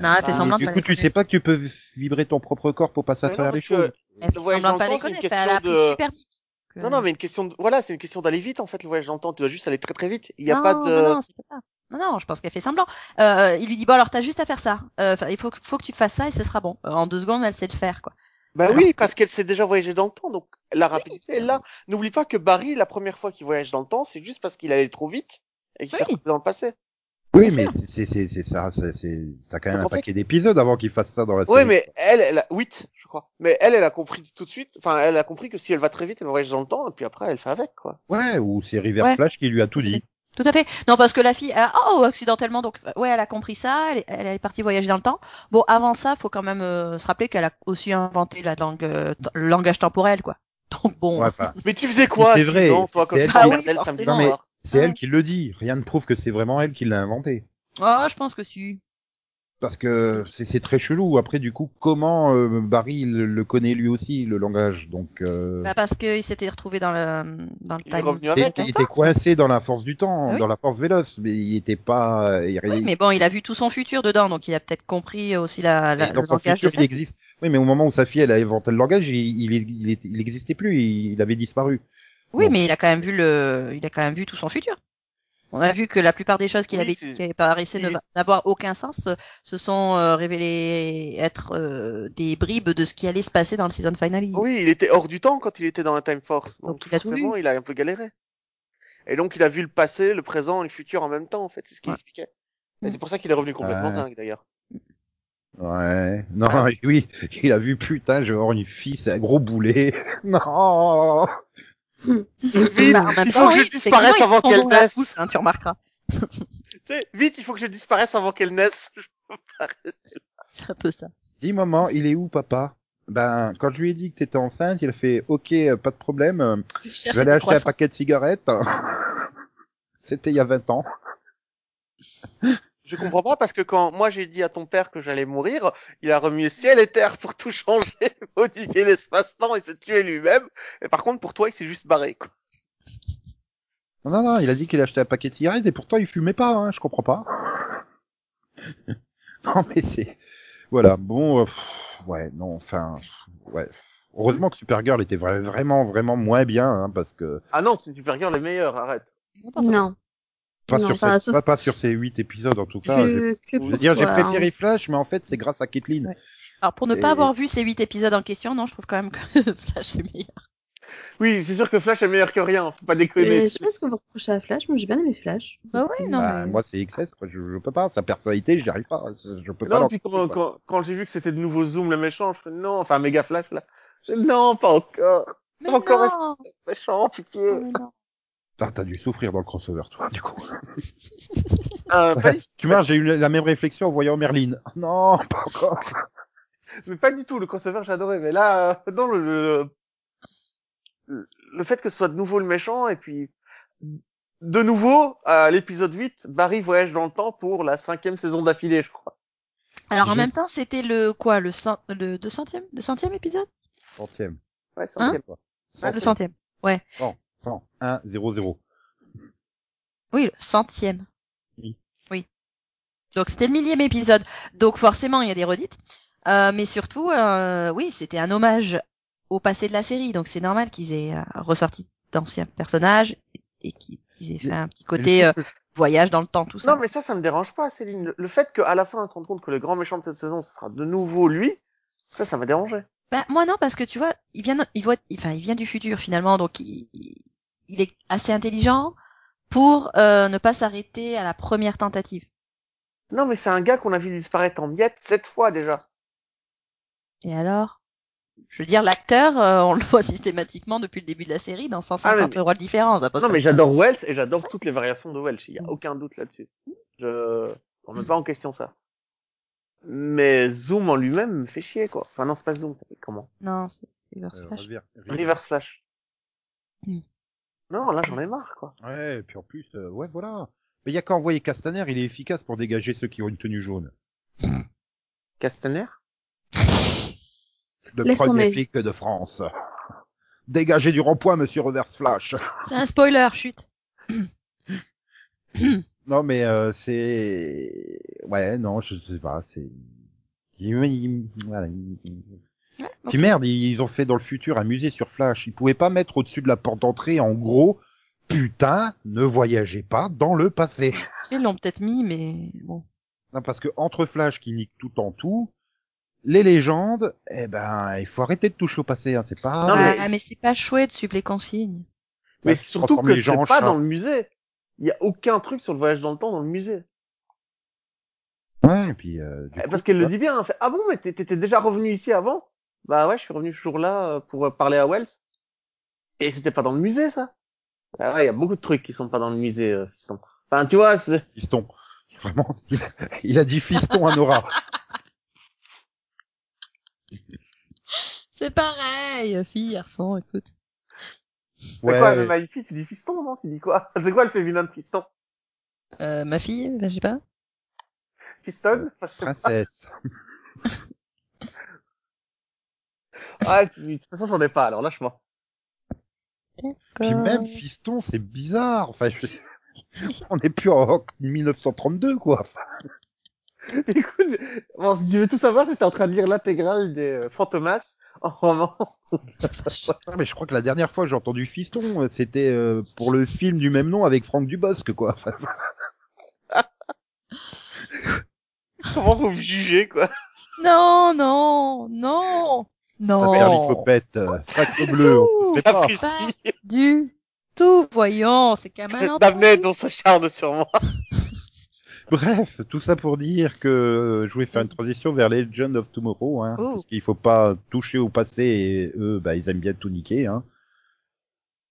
Non, elle fait Ah, semblant de Bah, du pas coup, les tu sais connaître. pas que tu peux vibrer ton propre corps pour passer à Mais non, travers les parce choses. que- Elle Le fait voyage semblant dans de pas le les temps, c'est une connaître. Elle a appris question de- super vite. Non, non, mais une question de, voilà, c'est une question d'aller vite, en fait, le voyage dans le temps, tu dois juste aller très très vite, il n'y a non, pas de... Non, non, c'est pas ça. Non, non, je pense qu'elle fait semblant. Euh, il lui dit bon alors t'as juste à faire ça. Euh, enfin, il faut, que- faut que tu fasses ça et ce sera bon. Euh, en deux secondes elle sait le faire quoi. Bah Alors oui, que- parce qu'elle s'est déjà voyagée dans le temps, donc la rapidité elle est là. N'oublie pas que Barry, la première fois qu'il voyage dans le temps, c'est juste parce qu'il allait trop vite et qu'il s'est Oui. retrouvé dans le passé. Oui, Bien mais c'est c'est- c'est ça, c'est- c'est t'as quand même Donc, un en fait- paquet d'épisodes avant qu'il fasse ça dans la série. Oui, mais elle, elle a 8, je crois. Mais elle, elle a compris tout de suite. Enfin, elle a compris que si elle va très vite, elle voyage dans le temps, et puis après, elle fait avec, quoi. Ouais, ou c'est River Ouais. Flash qui lui a tout dit. Tout à fait. Non parce que la fille elle a- oh accidentellement donc ouais elle a compris ça. Elle, est- elle est partie voyager dans le temps. Bon avant ça faut quand même euh, se rappeler qu'elle a aussi inventé la langue euh, t- le langage temporel quoi. Donc bon, Ouais, enfin, Mais tu faisais quoi à C'est six vrai, ans, toi, quand c'est tu elle qui- regardais Ah oui, le samedi forcément. soir c'est Ouais. elle qui le dit. Rien ne prouve que c'est vraiment elle qui l'a inventé. ah, je pense que si. Parce que c'est c'est très chelou. Après, du coup, comment euh, Barry le, le connaît lui aussi, le langage Donc, euh, Bah, parce qu'il s'était retrouvé dans le dans le Il est timing. revenu il avec. était- il longtemps, était coincé dans la force du temps, Ah oui. dans la force véloce, mais il était pas. il- Oui, il- mais bon, il a vu tout son futur dedans, donc il a peut-être compris aussi la, la- Et le dans son langage futur, de il cette. existe. Oui, mais au moment où sa fille elle a inventé le langage, il il il, est- il existait plus, il, il avait disparu. Oui, Bon. mais il a quand même vu le, il a quand même vu tout son futur. On a vu que la plupart des choses qu'il Oui, avait, c'est- qui paraissaient ne- il- n'avoir aucun sens, euh, se sont euh, révélées être euh, des bribes de ce qui allait se passer dans le season finale. Oui, il était hors du temps quand il était dans la Time Force. Donc, Donc, il a tout forcément, il a un peu galéré. Et donc, il a vu le passé, le présent et le futur en même temps, en fait. C'est ce qu'il Ouais. expliquait. Mm. Et c'est pour ça qu'il est revenu complètement Ouais. dingue, d'ailleurs. Ouais. Non, Ah. oui, il a vu putain, je vais avoir une fille, c'est un gros boulet. non. Vite, Bah, en même il faut temps, que oui, je disparaisse avant effectivement, ils te qu'elle font dans la naisse. pousse, hein, tu remarqueras. Tu sais, vite, il faut que je disparaisse avant qu'elle naisse. Je peux pas rester. C'est un peu ça. Dis maman, il est où papa Ben, quand je lui ai dit que t'étais enceinte, il a fait OK, euh, pas de problème. euh, Je Je cherche vais aller des acheter un croissants. paquet de cigarettes. hein. C'était il y a 20 ans. Je comprends pas parce que quand moi j'ai dit à ton père que j'allais mourir, il a remué ciel et terre pour tout changer, modifier l'espace-temps et se tuer lui-même. Et par contre, pour toi, il s'est juste barré, quoi. Non, non, non, il a dit qu'il achetait un paquet de cigarettes et pourtant il fumait pas, hein, je comprends pas. non, mais c'est... Voilà, bon... euh, pff, ouais, non, enfin... pff, Ouais. Heureusement que Supergirl était vra- vraiment, vraiment moins bien, hein, parce que... Ah non, c'est Supergirl le meilleur, arrête. Non. Pas, Non, sur, pas, cette- sauf- pas, pas sur ces huit épisodes, en tout cas. j'ai- que, que Je pour veux dire, j'ai toi, hein. préféré Flash, mais en fait, c'est grâce à Caitlyn. Ouais. Alors, pour ne Et- pas avoir vu ces huit épisodes en question, non, je trouve quand même que Flash est meilleur. Oui, c'est sûr que Flash est meilleur que rien, faut pas déconner. Mais Euh, je sais pas ce qu'on vous reprocher à Flash, moi j'ai bien aimé Flash. Bah oui, non, Bah, mais... Moi, c'est XS, quoi, je, je peux pas. Sa personnalité, j'y arrive pas. Je, je peux pas Non, leur- puis quand, quand, quand j'ai vu que c'était de nouveau Zoom le méchant, je fais non, enfin méga flash là. Je fais, non, pas encore. Mais Encore non, Méchant, pitié. mais non. Ah, T'as dû souffrir dans le crossover, toi, du coup. Euh, pas, du- tu vois, j'ai eu la- la même réflexion en voyant Merlin. Non, pas encore. mais pas du tout, le crossover j'ai adoré, mais là, euh, non, le, le, le- le fait que ce soit de nouveau le méchant, et puis de nouveau, à l'épisode 8, Barry voyage dans le temps pour la cinquième saison d'affilée, je crois. Alors, en Je- même temps, c'était le quoi, le, cent... le 200e, le centième épisode Centième. Ouais, Hein cinquième. Centième. Le centième. 100, 1, 0, 0. Oui, le centième. Oui. Oui. Donc c'était le millième épisode. Donc forcément, il y a des redites. Euh, mais surtout, euh, oui, c'était un hommage au passé de la série. Donc c'est normal qu'ils aient euh, ressorti d'anciens personnages et qu'ils aient fait un petit côté euh, voyage dans le temps, tout ça. Non, mais ça, ça me dérange pas, Céline. Le- Le fait qu'à la fin, on te rende compte que le grand méchant de cette saison, ce sera de nouveau lui, ça, ça m'a dérangé. Bah, moi non, parce que tu vois, il vient, il voit, enfin, il vient du futur finalement, donc il, il est assez intelligent pour euh, ne pas s'arrêter à la première tentative. Non, mais c'est un gars qu'on a vu disparaître en miettes sept fois déjà. Et alors Je veux dire, l'acteur, euh, on le voit systématiquement depuis le début de la série dans 150 Ah, mais- rôles différents. ça pose Non, pas- mais j'adore Wells et j'adore toutes les variations de Wells. Il y a aucun doute là-dessus. Je on met pas en question ça. Mais Zoom en lui-même me fait chier quoi. Enfin non, c'est pas Zoom, ça fait comment Non, c'est Reverse Euh, Flash. reviens, reviens. Reverse Flash. Mm. Non, là j'en ai marre quoi. Ouais, et puis en plus, euh, ouais, voilà. Mais il y a qu'à envoyer Castaner, il est efficace pour dégager ceux qui ont une tenue jaune. Castaner Le Laisse premier tomber. flic de France. Dégagez du rond-point, monsieur Reverse Flash. C'est un spoiler, chute. Non, mais euh, c'est... Ouais, non, je sais pas, c'est... Il- il- voilà, il- Puis merde, ils ont fait dans le futur un musée sur Flash. Ils pouvaient pas mettre au-dessus de la porte d'entrée, en gros, putain, ne voyagez pas dans le passé. Ils l'ont peut-être mis, mais bon. Non, parce que entre Flash qui nique tout en tout, les légendes, eh ben, il faut arrêter de toucher au passé, hein, c'est pas. Non, Ah, mais- mais, c'est pas chouette de suivre les consignes. Mais Bah, surtout transforme que les gens en c'est pas chats. dans le musée. Il y a aucun truc sur le voyage dans le temps dans le musée. Ouais, et puis, euh, du Eh, coup, Parce qu'elle tu le dit bien, elle fait, ah bon, mais t'é- t'étais déjà revenu ici avant Bah ouais, je suis revenu ce jour-là euh, pour euh, parler à Wells. Et c'était pas dans le musée, ça Bah ouais, il y a beaucoup de trucs qui sont pas dans le musée, euh, fiston. Enfin, tu vois, c'est- vois, fiston. Vraiment, il a, il a dit fiston à Nora. C'est C'est pareil, fille, garçon, écoute. C'est quoi, même à une fille, tu dis fiston, non Tu dis quoi C'est quoi le féminin de fiston Euh, ma fille, ben, je sais pas. Fiston Enfin, je sais pas. princesse. Ah Ouais, tu- de toute façon, j'en ai pas, alors lâche-moi. Puis même fiston, c'est bizarre. Enfin, je- on est plus en 1932 quoi. Écoute, bon, si tu veux tout savoir, j'étais en train de lire l'intégrale des euh, Fantomas en roman. Enfin, mais je crois que la dernière fois que j'ai entendu fiston, euh, c'était euh, pour le film du même nom avec Franck Dubosc quoi. Enfin, Comment vous me jugez, quoi Non, non, non, ça perd les non. copettes, euh, sac bleu. on sait pas. Caprici Du tout, voyons, c'est qu'un malin. Damned, on s'acharne sur moi. Bref, tout ça pour dire que euh, je voulais faire une transition vers Legend of Tomorrow, hein, Oh. parce qu'il faut pas toucher au passé et eux, bah, ils aiment bien tout niquer. Hein.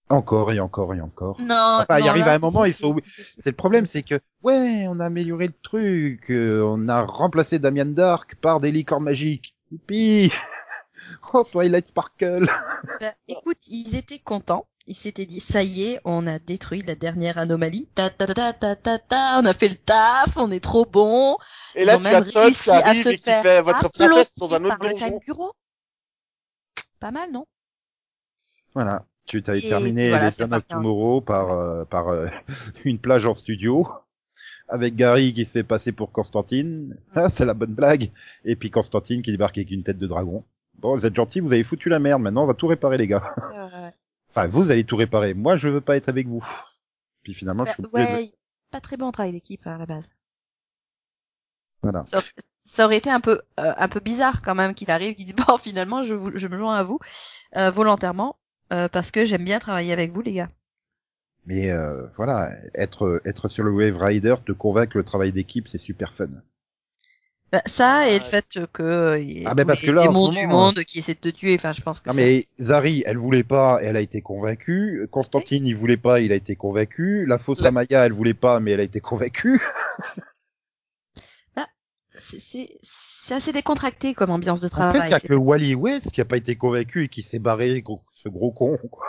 Encore et encore et encore. Non. Enfin, il non, arrive là, à un moment, si, il si, faut- si, si. C'est le problème, c'est que ouais, on a amélioré le truc, euh, on a remplacé Damien Dark par des licornes magiques. Youpi Oh Twilight Sparkle Bah, écoute, ils étaient contents. Ils s'étaient dit, ça y est, on a détruit la dernière anomalie. Ta ta ta ta ta ta, on a fait le taf, on est trop bon. Et là, Ils ont tu as même Todd qui réussi à arrive se et qui faire fait votre princesse dans un Applaudi autre par le Time donjon. Bureau. Pas mal, non Voilà, tu t'avais Et terminé puis voilà, les c'est Legend of parti, hein. Tomorrow par, euh, par euh, une plage en studio, avec Gary qui se fait passer pour Mm. Constantine. Ah, c'est la bonne blague Et puis Constantine qui débarque avec une tête de dragon. Bon, vous êtes gentils, vous avez foutu la merde, maintenant on va tout réparer les gars. Euh, Enfin, vous allez tout réparer, moi je veux pas être avec vous. Puis finalement, bah, je suis obligé de- Ouais, pas très bon travail d'équipe hein, à la base. Voilà. Ça, ça aurait été un peu euh, un peu bizarre quand même qu'il arrive, qu'il dise bon finalement je, vous- je me joins à vous euh, volontairement euh, parce que j'aime bien travailler avec vous les gars. Mais euh, voilà, être, être sur le Wave Rider te convainc que le travail d'équipe c'est super fun. Bah, ça et le Ah, fait que euh, il y ait Ah, mais tous parce les que là, en ce démons du moment, hein. monde qui essaient de te tuer. Enfin je pense que Non ça- mais Zari, elle voulait pas, elle a été convaincue. Constantine, il voulait pas, il a été convaincu. La fausse La- Amaya, elle voulait pas, mais elle a été convaincue. c'est c'est- c'est assez décontracté comme ambiance de En fait, il travail. y a c'est- que Wally West qui a pas été convaincu et qui s'est barré, gros- ce gros con. Quoi.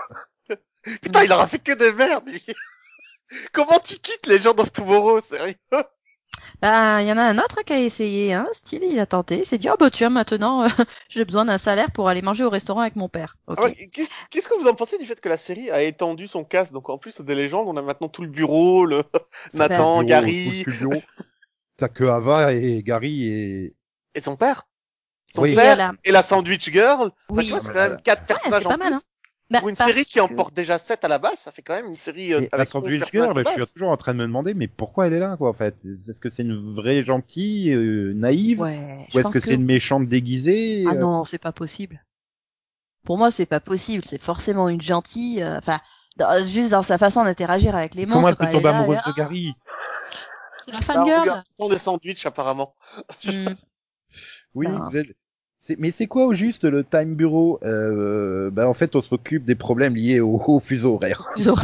Putain, il aura fait que des merdes, lui. Comment tu quittes les gens of Tomorrow, sérieux Ah, il y en a un autre qui a essayé, hein, style, il a tenté, il s'est dit, oh bah tiens, maintenant, euh, j'ai besoin d'un salaire pour aller manger au restaurant avec mon père. Ah Ok. Alors, Ah Qu'est-ce qu'est-ce que vous en pensez du fait que la série a étendu son cast Donc en plus des légendes, on a maintenant tout le bureau, le Nathan, Bureau, Gary tout le studio. T'as que Ava et Gary et et son père. Son Oui. Et père là, et la Sandwich Girl. Bah, oui, tu vois, c'est Ah, quand même bah, quatre Ouais, personnages c'est en pas mal, plus. hein. Bah, Pour une parce série qui en que- porte déjà 7 à la base, ça fait quand même une série euh, et la avec 11 Sandwich personnages Girl, de je suis base. toujours en train de me demander, mais pourquoi elle est là, quoi, en fait Est-ce que c'est une vraie gentille, euh, naïve Ouais, Ou je est-ce pense que, que... c'est une méchante déguisée Ah euh, non, c'est pas possible. Pour moi, c'est pas possible. C'est forcément une gentille, euh, enfin, dans- juste dans sa façon d'interagir avec les Comment monstres. elle peut quoi. tomber est là, amoureuse elle- de Gary Ah, c'est la Bah, on fangirl. regarde souvent des sandwichs apparemment. Hmm. Oui, Ben. vous êtes- c'est- mais c'est quoi au juste le time bureau euh, ben, En fait, on s'occupe des problèmes liés au, au fuseau horaire. Ils ont-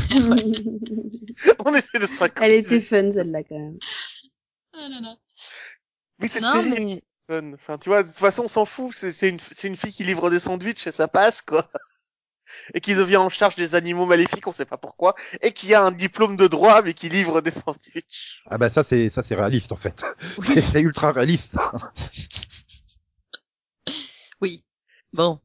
on essaie de s'accorder. Elle était fun, celle-là, quand même. Ah, là, là. Mais cette Non, série mais- est fun. Enfin, tu vois, de toute façon, on s'en fout. C'est c'est une, c'est une fille qui livre des sandwichs et ça passe, quoi. Et qui devient en charge des animaux maléfiques, on sait pas pourquoi. Et qui a un diplôme de droit, mais qui livre des sandwichs. Ah ben ça c'est ça c'est réaliste en fait. Oui. C'est- c'est ultra réaliste. oui. Bon.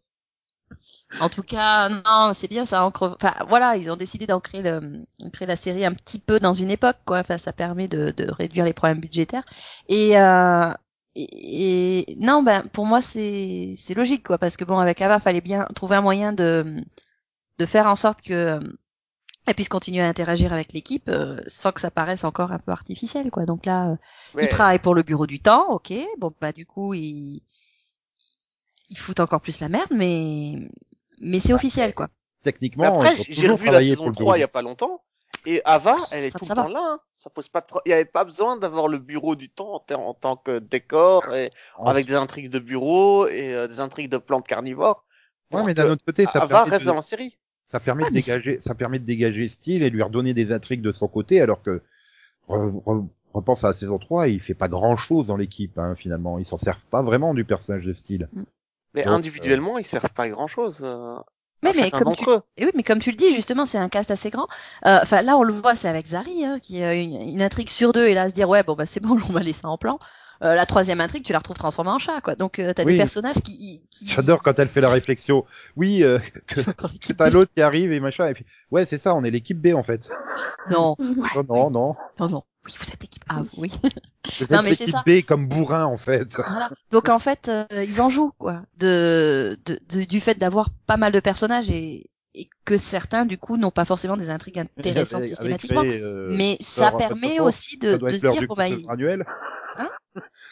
En tout cas, non, c'est bien ça. ancre- Enfin, voilà, ils ont décidé d'ancrer le, ancrer la série un petit peu dans une époque, quoi. Enfin, ça permet de, de réduire les problèmes budgétaires. Et, euh, et, et- non, ben pour moi c'est c'est logique, quoi, parce que bon, avec Ava, fallait bien trouver un moyen de de faire en sorte que euh, elle puisse continuer à interagir avec l'équipe euh, sans que ça paraisse encore un peu artificiel, quoi. Donc là. euh, Ouais. il travaille pour le bureau du temps, ok. Bon, bah du coup, il, il fout encore plus la merde, mais mais Bah, c'est officiel, quoi. Mais Techniquement, après, ils ont j'ai toujours revu la travaillé saison pour le 3 il y bureau. a pas longtemps. Et Ava, Ça, elle est ça tout le va. temps là. hein. Ça pose pas de pro- Il y avait pas besoin d'avoir le bureau du temps en, ter- en tant que décor et En- avec des intrigues de bureau et euh, des intrigues de plantes carnivores. Ouais, Pour mais que d'un autre côté, ça Ava permet, reste de, dans la série. ça permet de Ah, mais c'est- dégager ça permet de dégager style et lui redonner des intrigues de son côté alors que re- re- repense à la saison 3, il fait pas grand-chose dans l'équipe hein, finalement, ils s'en servent pas vraiment du personnage de style. Mais Donc, individuellement, ils servent pas à euh. grand chose. Oui, mais chacun comme d'entre tu- eux. Et oui, mais comme tu le dis, justement, c'est un cast assez grand. Euh, Enfin, là, on le voit, c'est avec Zari, hein, qui a une, une intrigue sur deux, et là, se dire, ouais, bon, bah, c'est bon, on va laisser en plan. Euh, la troisième intrigue, tu la retrouves transformée en chat, quoi. Donc, euh, t'as Oui. des personnages qui. qui... J'adore quand elle fait la réflexion. Oui, euh, que Encore que l'équipe t'as B. l'autre qui arrive et machin. Et puis, ouais, c'est ça, on est l'équipe B en fait. Non, Non, non, non. non, non. Oui, vous êtes équipe A, oui. Vous êtes Non, mais c'est l'équipe ça. B comme bourrin en fait. Voilà. Donc en fait, euh, ils en jouent quoi, de, de, de- du fait d'avoir pas mal de personnages et, et que certains du coup n'ont pas forcément des intrigues intéressantes Avec- avec systématiquement. Ray, euh, mais ça Thor, en fait, permet Thor, aussi de, ça doit de être se l'heure dire du bon bah crossover il- annuel. Hein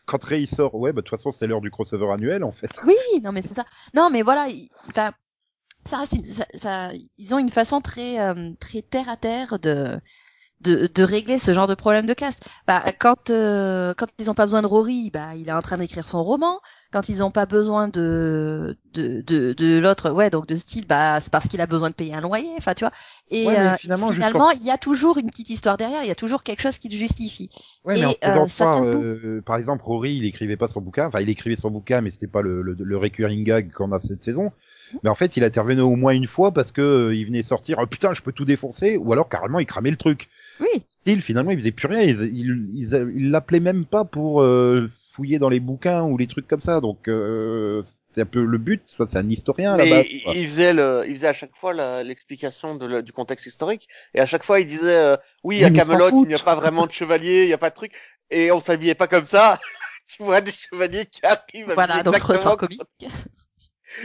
Quand Ray il sort, ouais, bah de toute façon c'est l'heure du crossover annuel en fait. oui non mais c'est ça non mais voilà il- enfin ça reste une- ça- ça- ils ont une façon très euh, très terre à terre de de, de régler ce genre de problème de cast. Bah, quand euh, quand ils ont pas besoin de Rory, bah il est en train d'écrire son roman. Quand ils ont pas besoin de de de, de l'autre, ouais donc de style, bah c'est parce qu'il a besoin de payer un loyer. Enfin tu vois. Et Ouais, mais euh, finalement, finalement, juste il y a toujours une petite histoire derrière. Il y a toujours quelque chose qui le justifie. Ouais, mais en Et, faisant euh, ça croire, tient euh, par exemple, Rory, il écrivait pas son bouquin. Enfin, il écrivait son bouquin, mais c'était pas le, le, le recurring gag qu'on a cette saison. Mhm. Mais en fait, il intervenait au moins une fois parce que euh, il venait sortir, Ah, putain, je peux tout défoncer, ou alors carrément, il cramait le truc. Oui. Il, finalement, il faisait plus rien. Il, il, il, il l'appelait même pas pour euh, fouiller dans les bouquins ou les trucs comme ça. Donc, euh, c'est un peu le but. Soit c'est un historien à la Mais base. il, quoi. il faisait le, il faisait à chaque fois la- l'explication de le- du contexte historique et à chaque fois il disait euh, oui Oui, à mais on s'en Camelot il fout. n'y a pas vraiment de chevalier, il n'y a pas de truc et on s'habillait pas comme ça. tu vois des chevaliers qui arrivent. Voilà habillés donc exactement ressort comme- comique.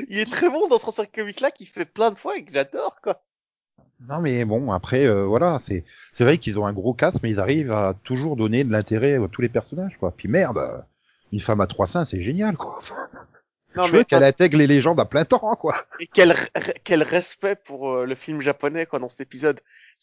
Il est très bon dans ce ressort comique là qu'il fait plein de fois et que j'adore quoi. Non mais bon après euh, voilà c'est c'est vrai qu'ils ont un gros casse mais ils arrivent à toujours donner de l'intérêt à tous les personnages quoi. Puis merde euh, une femme à trois seins c'est génial quoi. Non Je veux mais qu'elle intègre les légendes à plein temps quoi. Et quel, re- quel respect pour euh, le film japonais quoi dans cet épisode.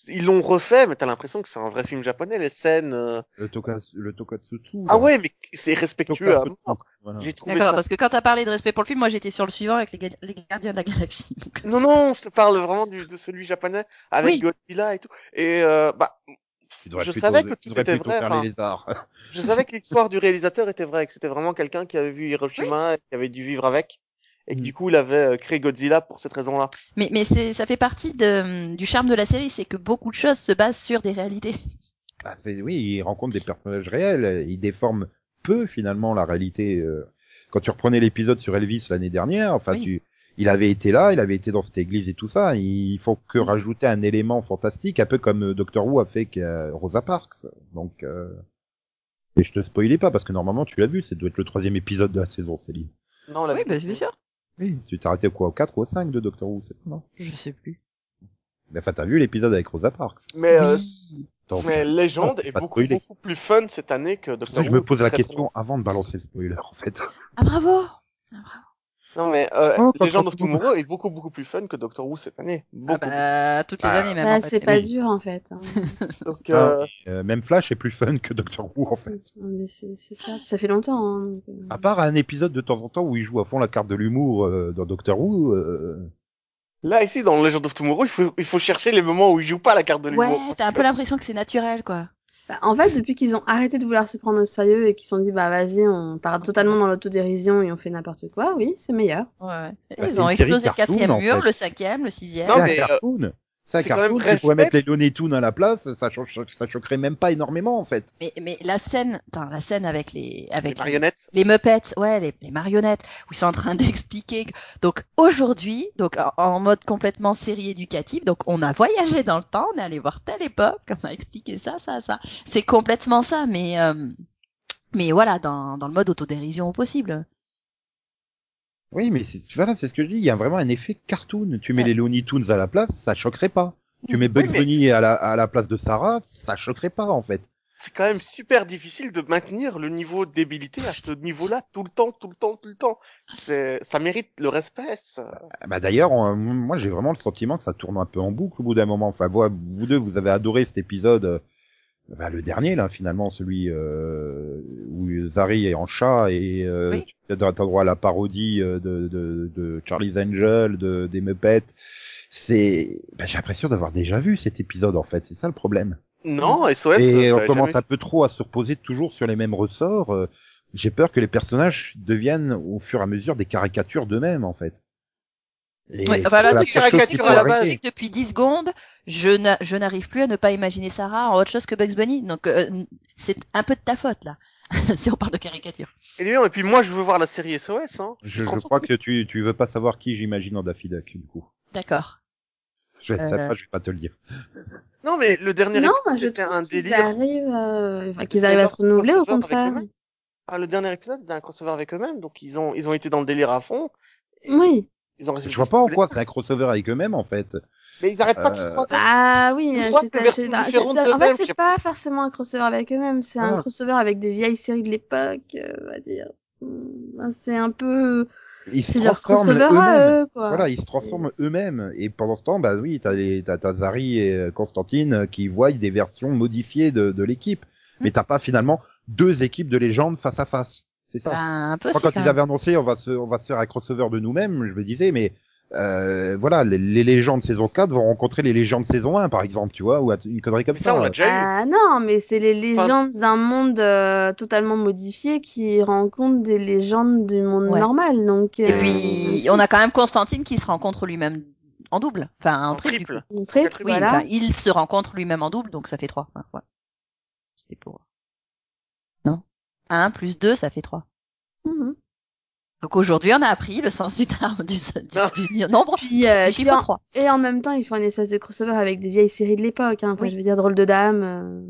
Ils l'ont refait mais t'as l'impression que c'est un vrai film japonais les scènes. euh. Le, toka, le Tokatsutu. Ah là. ouais mais c'est Le respectueux à Tokatsutu, mort. voilà. J'ai trouvé D'accord ça. parce que quand t'as parlé de respect pour le film, moi j'étais sur le suivant avec les, ga- les gardiens de la galaxie. Donc, Non non je te parle vraiment du, de celui japonais avec Oui. Godzilla et tout. Et euh, bah Tu devrais je plutôt- savais que tu tout devrais était plutôt vrai, faire enfin. les lézards. je savais que l'histoire du réalisateur était vraie que c'était vraiment quelqu'un qui avait vu Hiroshima et qui avait dû vivre avec et que Mm. du coup il avait euh, créé Godzilla pour cette raison là. Mais, mais c'est, ça fait partie de, du charme de la série, c'est que beaucoup de choses se basent sur des réalités. Bah, c'est- oui ils rencontrent des personnages réels euh, ils déforment peu finalement la réalité. euh. Quand tu reprenais l'épisode sur Elvis l'année dernière enfin Oui. tu il avait été là, il avait été dans cette église et tout ça. Il faut que rajouter un élément fantastique, un peu comme euh, Doctor Who a fait avec euh, Rosa Parks. Donc, euh... et je te spoilais pas parce que normalement tu l'as vu, ça doit être le troisième épisode de la saison, Céline. Non la Ah Oui, bah, bien sûr. Oui. Tu t'es arrêté au quoi, au 4 ou au 5 de Doctor Who, c'est ça non Je sais plus. Mais enfin, t'as vu l'épisode avec Rosa Parks. mais euh, Oui. Donc, mais Légende on peut est pas beaucoup, spoiler. beaucoup plus fun cette année que c'est pour ça Doctor que Who. je me pose la Très, très question avant de balancer le spoiler en fait. Ah bravo Non mais euh, Oh, quand Legend of on- Tomorrow est beaucoup beaucoup plus fun que Doctor Who cette année. ah Beaucoup. bah, Toutes les Bah, années même. Bah, en fait. c'est pas oui. dur en fait. hein. Donc Ah, euh, Euh, même Flash est plus fun que Doctor Who en fait. Mais c'est c'est ça. Ça fait longtemps. hein, donc, euh. À part un épisode de temps en temps où il joue à fond la carte de l'humour euh, dans Doctor Who, euh, là ici dans Legend of Tomorrow, il faut il faut chercher les moments où il joue pas la carte de l'humour. Ouais, t'as un peu l'impression que c'est naturel, quoi. Bah, en fait, depuis qu'ils ont arrêté de vouloir se prendre au sérieux et qu'ils se sont dit bah vas-y, on part totalement dans l'autodérision et on fait n'importe quoi, oui, c'est meilleur. Ouais. Bah, c'est Ils ont une série explosé le cartoon, quatrième en mur, fait. le cinquième, le sixième. Non, c'est un mais, euh, cartoon. C'est un c'est quand cartoon, même tu pourrais respect. mettre les Looney Tunes à la place, ça, cho- ça choquerait même pas énormément en fait. Mais, mais la scène, attends, la scène avec les, Les avec les, marionnettes. les Muppets, ouais, les, les marionnettes, où ils sont en train d'expliquer. que- Donc aujourd'hui, donc en, en mode complètement série éducative, donc on a voyagé dans le temps, on est allé voir telle époque, on a expliqué ça, ça, ça. C'est complètement ça, mais euh, mais voilà, dans, dans le mode autodérision au possible. Oui, mais c'est, voilà, c'est ce que je dis, il y a vraiment un effet cartoon. Tu mets Ouais. les Looney Tunes à la place, ça choquerait pas. Tu mets Bugs Mm. Oui, mais- Bunny à la, à la place de Sarah, ça choquerait pas en fait. C'est quand même super difficile de maintenir le niveau de débilité à ce niveau-là tout le temps, tout le temps, tout le temps. C'est ça mérite le respect. ça. Ah Bah d'ailleurs, on- moi j'ai vraiment le sentiment que ça tourne un peu en boucle au bout d'un moment. Enfin, vous, vous deux, vous avez adoré cet épisode, euh, bah, le dernier là finalement, celui euh, où Zari est en chat et euh, Oui. tu as droit à la parodie euh, de, de, de Charlie's Angel, de, des Muppets. C'est, bah, j'ai l'impression d'avoir déjà vu cet épisode en fait. C'est ça le problème. Non, SOS. et euh, on j'avais commence jamais- un peu trop à se reposer toujours sur les mêmes ressorts. euh, j'ai peur que les personnages deviennent au fur et à mesure des caricatures d'eux-mêmes en fait. Et Oui, c'est bah là, la tu seule chose sais qu'il faut que, caricature à la arrêter. tu sais que depuis 10 secondes, je n'a- je n'arrive plus à ne pas imaginer Sarah en autre chose que Bugs Bunny. Donc, euh, c'est un peu de ta faute, là, si on parle de caricature. Et, non, et puis moi, je veux voir la série SOS. Hein. Je, te rends je crois que tu, tu veux pas savoir qui j'imagine en Daffy Duck du coup. D'accord. Je, ça, Euh. ça, je vais pas te le dire. Non, mais le dernier Non, épisode, moi je c'était trouve un qu'ils délire. arrivent, euh, enfin, qu'ils C'était arrivent à leur se renouveler au crossover avec contraire. eux-mêmes. Ah, le dernier épisode c'était un crossover avec eux-mêmes, donc ils ont ils ont été dans le délire à fond. Et Oui. Ils ont Je vois pas en quoi c'est un crossover avec eux-mêmes en fait. Mais ils arrêtent pas de se Euh, croiser. Ah oui, Je euh, crois c'est que c'est- version c'est- c'est- différente c'est- en d'eux-mêmes, fait je sais c'est pas forcément un crossover avec eux-mêmes, c'est un Ah. crossover avec des vieilles séries de l'époque, euh, on va dire. Hmm, C'est un peu, Ils se c'est leur transforment crossover eux-mêmes. à eux quoi. Voilà, ils se transforment eux-mêmes. Et pendant ce temps, bah oui, t'as les, t'as, t'as Zari et euh, Constantine euh, qui voient des versions modifiées de, de l'équipe. Mais t'as pas finalement deux équipes de légendes face à face. C'est ça. Bah, un peu, Moi, si, quand ils quand même. avaient annoncé, on va se, on va se faire un crossover de nous-mêmes, je me disais, mais euh, voilà, les, les légendes saison 4 vont rencontrer les légendes saison 1, par exemple, tu vois, ou à- une connerie comme Mais ça, on l'a déjà eu. Ah non, mais c'est les Enfin- légendes d'un monde euh, totalement modifié qui rencontrent des légendes du monde Ouais. normal. Donc, Et euh, puis, on a quand même Constantine qui se rencontre lui-même en double. Enfin, en, En triple. du triple. coup. on tripe, triple, Oui, voilà. enfin, il se rencontre lui-même en double, donc ça fait trois. Enfin, voilà. C'était pour. euh, Non. 1 plus 2, ça fait 3. Mhm. Donc aujourd'hui, on a appris le sens du, terme, du, du- du nombre Puis, euh, du puis chiffre en- 3. Et en même temps, ils font une espèce de crossover avec des vieilles séries de l'époque. Hein. Enfin, Oui. Je veux dire, Drôle de Dame. euh,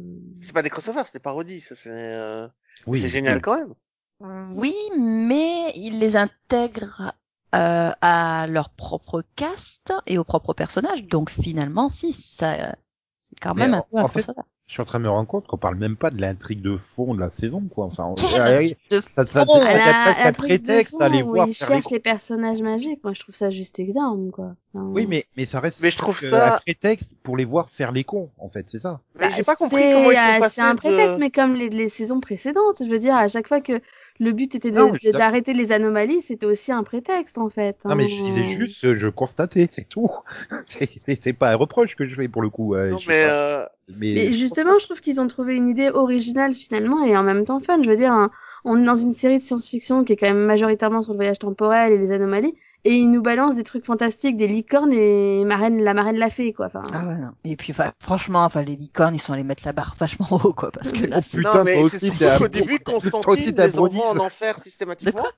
C'est pas des crossovers, c'est des parodies. Ça, c'est euh, Oui, c'est génial quand même. Oui, mais ils les intègrent euh, à leur propre cast et au propre personnage. Donc finalement, si, ça, euh, c'est quand Mais même en- un peu un en fait, crossover. Je suis en train de me rendre compte qu'on parle même pas de l'intrigue de fond de la saison, quoi. Enfin, on- Quel Ah, oui, truc de ça- ça- fond ça- à y a la- presque la un truc de prétexte à fond aller où voir Ils faire les cherchent les personnages magiques. Moi, je trouve ça juste énorme, quoi. Enfin, Oui, mais, mais ça reste Mais je trouve que ça- un prétexte pour les voir faire les cons, en fait, c'est ça. Mais bah, j'ai pas compris c'est- comment ils euh, sont passés C'est un prétexte, de... mais comme les, les saisons précédentes, je veux dire, à chaque fois que le but était de- Non, mais je suis de- d'arrêter les anomalies, c'était aussi un prétexte, en fait. Non, mais je hein. disais juste, euh, je constatais, c'est tout. C'est- C'est c'est pas un reproche que je fais pour le coup. euh, Non, je sais mais pas. euh, Mais- Mais justement, je trouve qu'ils ont trouvé une idée originale finalement et en même temps fun. Je veux dire, un- on est dans une série de science-fiction qui est quand même majoritairement sur le voyage temporel et les anomalies, et ils nous balancent des trucs fantastiques, des licornes et marraine, la marraine l'a fait, quoi. Enfin, Ah ouais, non. Et puis, enfin, franchement, enfin, les licornes, ils sont allés mettre la barre vachement haut, quoi, parce que là, Oh, c'est... putain, non, toi mais aussi, c'est t'es surtout un- qu'au début, toi aussi, t'es Constantine un les envoie en brownie. enfer systématiquement. Ah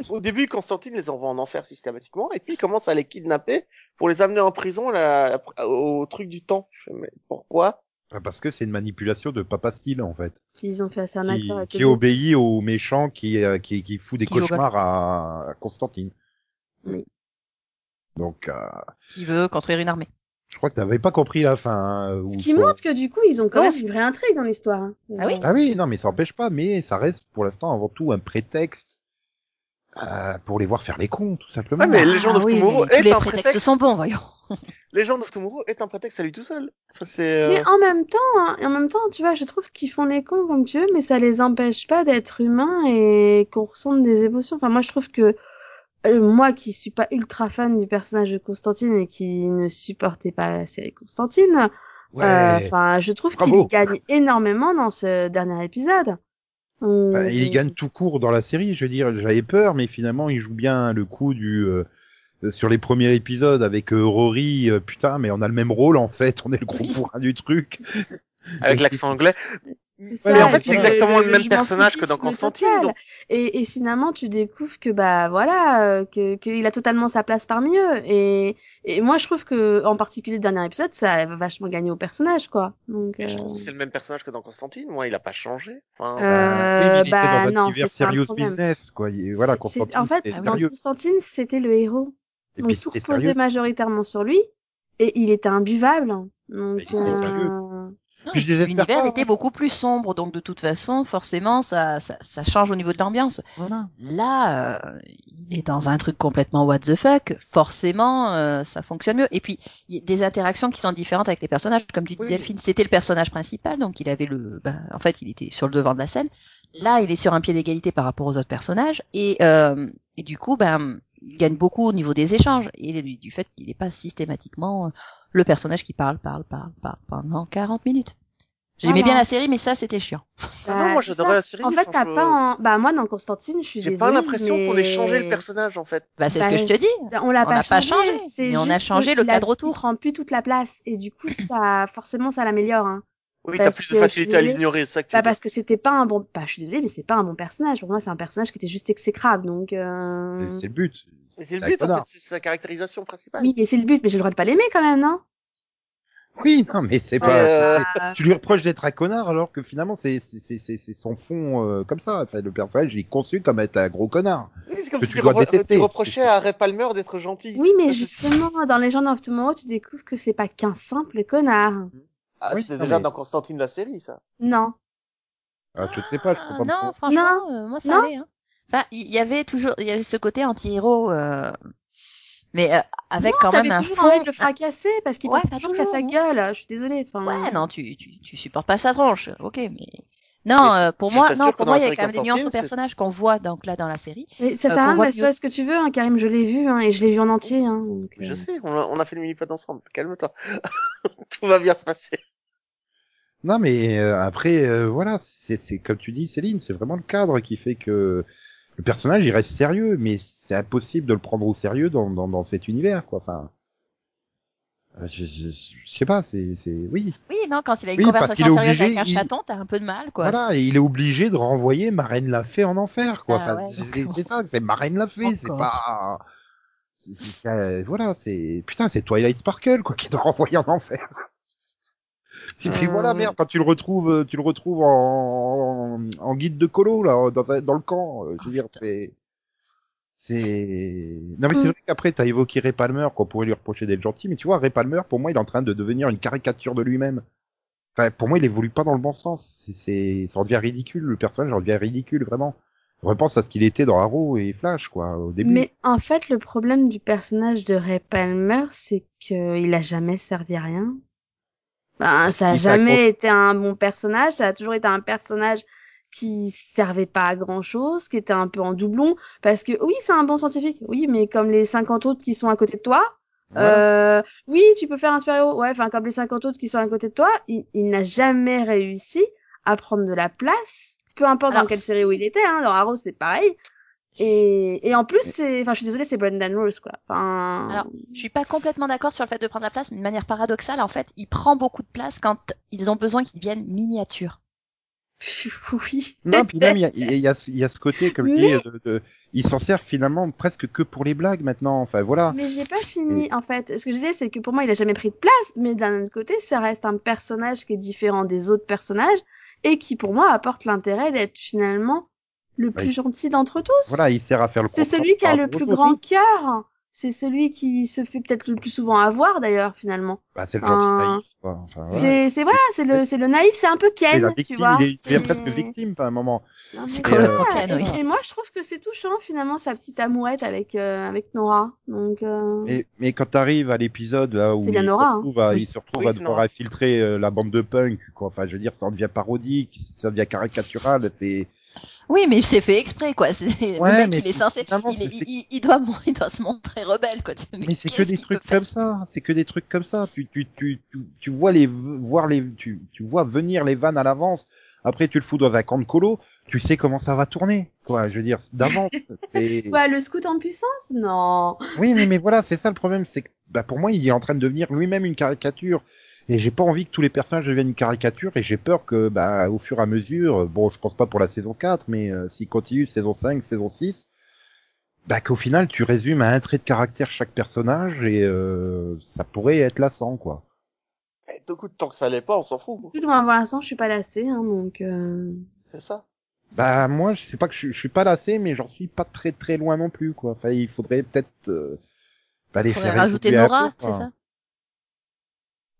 oui. Au début, Constantine les envoie en enfer systématiquement, et puis il commence à les kidnapper pour les amener en prison là, au truc du temps. Je fais, mais pourquoi Ah, Parce que c'est une manipulation de Papa Style, en fait. puis ils ont fait assez un Qui, accord avec qui le groupe. obéit aux méchants qui, euh, qui, qui fout des Qui cauchemars à, à Constantine. Oui. Donc, euh, Qui veut construire une armée. je crois que t'avais pas compris la fin. hein, ou Ce qui faut- montre que du coup, ils ont quand Non, même une vraie intrigue dans l'histoire. hein. Ah oui Ah oui, non, mais ça empêche pas, mais ça reste pour l'instant avant tout un prétexte euh, pour les voir faire les cons, tout simplement. Ah, mais Legend of oui, Tomorrow mais est tous les un prétextes prétexte. sont bons, voyons. Legend of Tomorrow est un prétexte à lui tout seul. Enfin, c'est. euh, Mais en même temps, hein, et en même temps, tu vois, je trouve qu'ils font les cons comme tu veux, mais ça les empêche pas d'être humains et qu'on ressente des émotions. Enfin, moi, je trouve que euh, moi, qui suis pas ultra fan du personnage de Constantine et qui ne supportait pas la série Constantine, Ouais. euh, enfin, je trouve qu'il Bravo. y gagne énormément dans ce dernier épisode. Hum, Bah, il gagne tout court dans la série, je veux dire, j'avais peur, mais finalement il joue bien le coup du euh, sur les premiers épisodes avec euh, Rory, euh, putain, mais on a le même rôle en fait, on est le gros Oui. bourrin du truc. Ah, avec l'accent anglais. ça, mais en fait, et puis c'est euh, exactement le même je m'en personnage que foutisme dans Constantine. total. donc- Et, et finalement, tu découvres que bah voilà, euh, que qu'il a totalement sa place parmi eux. Et, et moi, je trouve que en particulier le dernier épisode, ça a vachement gagné au personnage, quoi. Donc Mais je euh, trouve que c'est le même personnage que dans Constantine. Moi, il a pas changé. Enfin, Bah, oui, mais il était bah, dans un non, univers c'est pas un serious problème. business, quoi. Il- voilà, c'est- c'est- Constantine, en fait, c'était dans sérieux. Constantine, c'était le héros. Et Donc puis tout c'était reposait sérieux. majoritairement sur lui, et il était imbuvable. Mais Donc il était sérieux. euh, Non, Puis je désespère L'univers pas. était beaucoup plus sombre, donc de toute façon, forcément, ça, ça, ça change au niveau de l'ambiance. Voilà. Là, euh, il est dans un truc complètement what the fuck. Forcément, euh, ça fonctionne mieux. Et puis, il y a des interactions qui sont différentes avec les personnages. Comme tu dis, Oui. Delphine, c'était le personnage principal, donc il avait le, ben, en fait, il était sur le devant de la scène. Là, il est sur un pied d'égalité par rapport aux autres personnages, et, euh, et du coup, ben, il gagne beaucoup au niveau des échanges et du, du fait qu'il n'est pas systématiquement euh, le personnage qui parle, parle, parle, parle pendant 40 minutes. J'aimais Voilà. bien la série, mais ça, c'était chiant. Ah non, Bah, moi c'est j'adorais ça. la série. En fait, enfin, t'as je- pas. en- Bah moi dans Constantine, je suis J'ai désolée. pas l'impression qu'on ait changé le mais- personnage en fait. Bah, c'est ce Bah, que je te dis. On l'a On n'a pas changé, c'est mais on a juste changé que le il a- cadre autour. Il prend plus toute la place et du coup ça forcément ça l'améliore. Hein. Oui, t'as Parce plus que de facilité à je- l'ignorer, c'est ça que tu Bah dis. parce que c'était pas un bon. Bah je suis désolée mais c'est pas un bon personnage. Pour moi c'est un personnage qui était juste exécrable donc. euh, C'est c'est le but. Mais C'est le C'est un but en connard. fait, c'est sa caractérisation principale. Oui mais c'est le but mais j'ai le droit de pas l'aimer quand même non Oui, non, mais c'est Mais, pas. euh, Euh, Tu lui reproches d'être un connard alors que finalement c'est c'est- c'est c'est- c'est son fond euh, comme ça. Enfin, le personnage il est conçu comme être un gros connard. oui, c'est comme que si tu tu, dois repro- détester. tu reprochais à Ray Palmer d'être gentil. Oui mais Ça, c'est- justement dans Legend of Tomorrow tu découvres que c'est pas qu'un simple connard. Ah, Oui, c'était non, déjà mais- dans Constantine la série, ça. Non. Ah, je sais pas, je Ah, comprends pas. non, trop. franchement, euh, moi ça Non. allait. Hein. Enfin, il y y avait toujours, il y avait ce côté anti-héros, euh, mais euh, avec quand T'avais même un toujours fond. envie de le fracasser parce qu'il Ouais, pense pas toujours qu'à sa toujours, gueule. Je suis désolée. Enfin. Ah, Ouais, non, tu, tu, tu supportes pas sa tronche, ok, mais non, euh, pour je moi, t'assure non, que pour dans moi, la il y a série quand même des nuances au Constantine, c'est- personnage qu'on voit donc là dans la série. Mais ça sert Euh, à qu'on rien voit de faire ce que tu veux, hein, Karim, je l'ai vu, hein, et je l'ai vu en entier. Hein, donc, Je euh, sais, on a, on a fait le mini-pod ensemble, calme-toi. Tout va bien se passer. Non, mais euh, après, euh, voilà, c'est c'est comme tu dis, Céline, c'est vraiment le cadre qui fait que le personnage il reste sérieux, mais c'est impossible de le prendre au sérieux dans, dans, dans cet univers, quoi. Enfin, euh, je, je, je sais pas, c'est c'est oui. Oui, non, quand il a une Oui, parce qu'il conversation est sérieuse obligé, avec un il- chaton, t'as un peu de mal, quoi. Voilà, et il est obligé de renvoyer Marraine l'a fait en enfer, quoi. Ah Enfin, ouais, c'est encore. c'est ça, c'est Marraine l'a fait, c'est Encore. pas. c'est- c'est- euh, voilà, c'est putain, c'est Twilight Sparkle quoi qui doit renvoyer en enfer. Et puis Euh, voilà, ouais. merde, quand tu le retrouves, euh, tu le retrouves en, en, en guide de colo là, dans, un- dans le camp. euh, Je veux Oh, dire, putain. c'est c'est non mais c'est Mm. vrai qu'après t'as évoqué Ray Palmer qu'on pourrait lui reprocher d'être gentil, mais tu vois Ray Palmer pour moi il est en train de devenir une caricature de lui-même. Enfin, pour moi, il évolue pas dans le bon sens. C'est, c'est, ça en devient ridicule. Le personnage en devient ridicule, vraiment. Repense à ce qu'il était dans Arrow et Flash, quoi, au début. Mais en fait, le problème du personnage de Ray Palmer, c'est qu'il a jamais servi à rien. Ben, ça a Il t'a jamais été un bon personnage, ça a toujours été un personnage qui servait pas à grand chose, qui était un peu en doublon, parce que oui, c'est un bon scientifique, oui, mais comme les 50 autres qui sont à côté de toi, Voilà. Euh, oui, tu peux faire un super-héros. Ouais, enfin, comme les 50 autres qui sont à côté de toi, il, il n'a jamais réussi à prendre de la place. Peu importe dans Alors, quelle si- série où il était, hein, dans Arrow, c'était pareil. Et, et en plus, c'est, enfin, je suis désolée, c'est Brendan Rose, quoi. Enfin, Alors, Je suis pas complètement d'accord sur le fait de prendre la place, mais de manière paradoxale, en fait, il prend beaucoup de place quand ils ont besoin qu'ils deviennent miniatures. oui. Non, puis même, il y a, il y, a, il y a ce côté, comme je Mais- dis, euh, de, de- il s'en sert finalement presque que pour les blagues maintenant. Enfin, Ah. voilà. Mais j'ai pas fini, en fait. Ce que je disais, c'est que pour moi, il a jamais pris de place, mais d'un autre côté, ça reste un personnage qui est différent des autres personnages et qui, pour moi, apporte l'intérêt d'être finalement le plus il- gentil d'entre tous. Voilà, il sert à faire le C'est contraire celui qui a par le rapport plus aux autres. grand cœur. C'est celui qui se fait peut-être le plus souvent avoir d'ailleurs finalement. Bah, c'est le gentil Euh, naïf, quoi. Enfin, voilà. C'est c'est voilà, c'est le c'est le naïf, c'est un peu C'est Ken, la tu victime, vois. il est, il est C'est- presque victime, euh, à un moment. Non, C'est mais complètement voilà. Ken, oui. Et, et moi je trouve que c'est touchant finalement sa petite amourette avec euh, avec Nora. Donc euh, Mais, mais quand t'arrives à l'épisode là où C'est il, bien se Nora, hein. retrouve à, Oui. il se retrouve Oui, à c'est devoir Nora. infiltrer euh, la bande de punk, quoi. Enfin, je veux dire, ça en devient parodique, ça devient caricatural. C'est Oui, mais c'est fait exprès, quoi. C'est- Ouais, le mais mec, il est c'est- censé, finalement, il, est- c'est- il- il doit, il doit se montrer rebelle, quoi. Tu- mais c'est que qu'est-ce des qu'il peut trucs faire comme ça. C'est que des trucs comme ça. Tu tu tu tu, tu vois les voir les tu tu vois venir les vannes à l'avance. Après, tu le fous dans un camp de colo. Tu sais comment ça va tourner, quoi. Je veux dire, d'avance. c'est- quoi, le scout en puissance Non. Oui, mais, mais voilà, c'est ça le problème, c'est que bah, pour moi, il est en train de devenir lui-même une caricature. Et j'ai pas envie que tous les personnages deviennent une caricature, et j'ai peur que, bah, au fur et à mesure, euh, bon, je pense pas pour la saison 4, mais euh, s'il continue saison 5, saison 6, bah, qu'au final, tu résumes à un trait de caractère chaque personnage, et euh, ça pourrait être lassant, quoi. Eh, Deux coups de temps que ça allait pas, on s'en fout. Écoute, moi pour l'instant, je suis pas lassée hein, donc euh, C'est ça. Bah, moi, je sais pas que je, je suis pas lassé, mais j'en suis pas très très loin non plus, quoi. Enfin, il faudrait peut-être, euh, bah, les Il faudrait faire rajouter évoluer un Nora, peu, c'est quoi. ça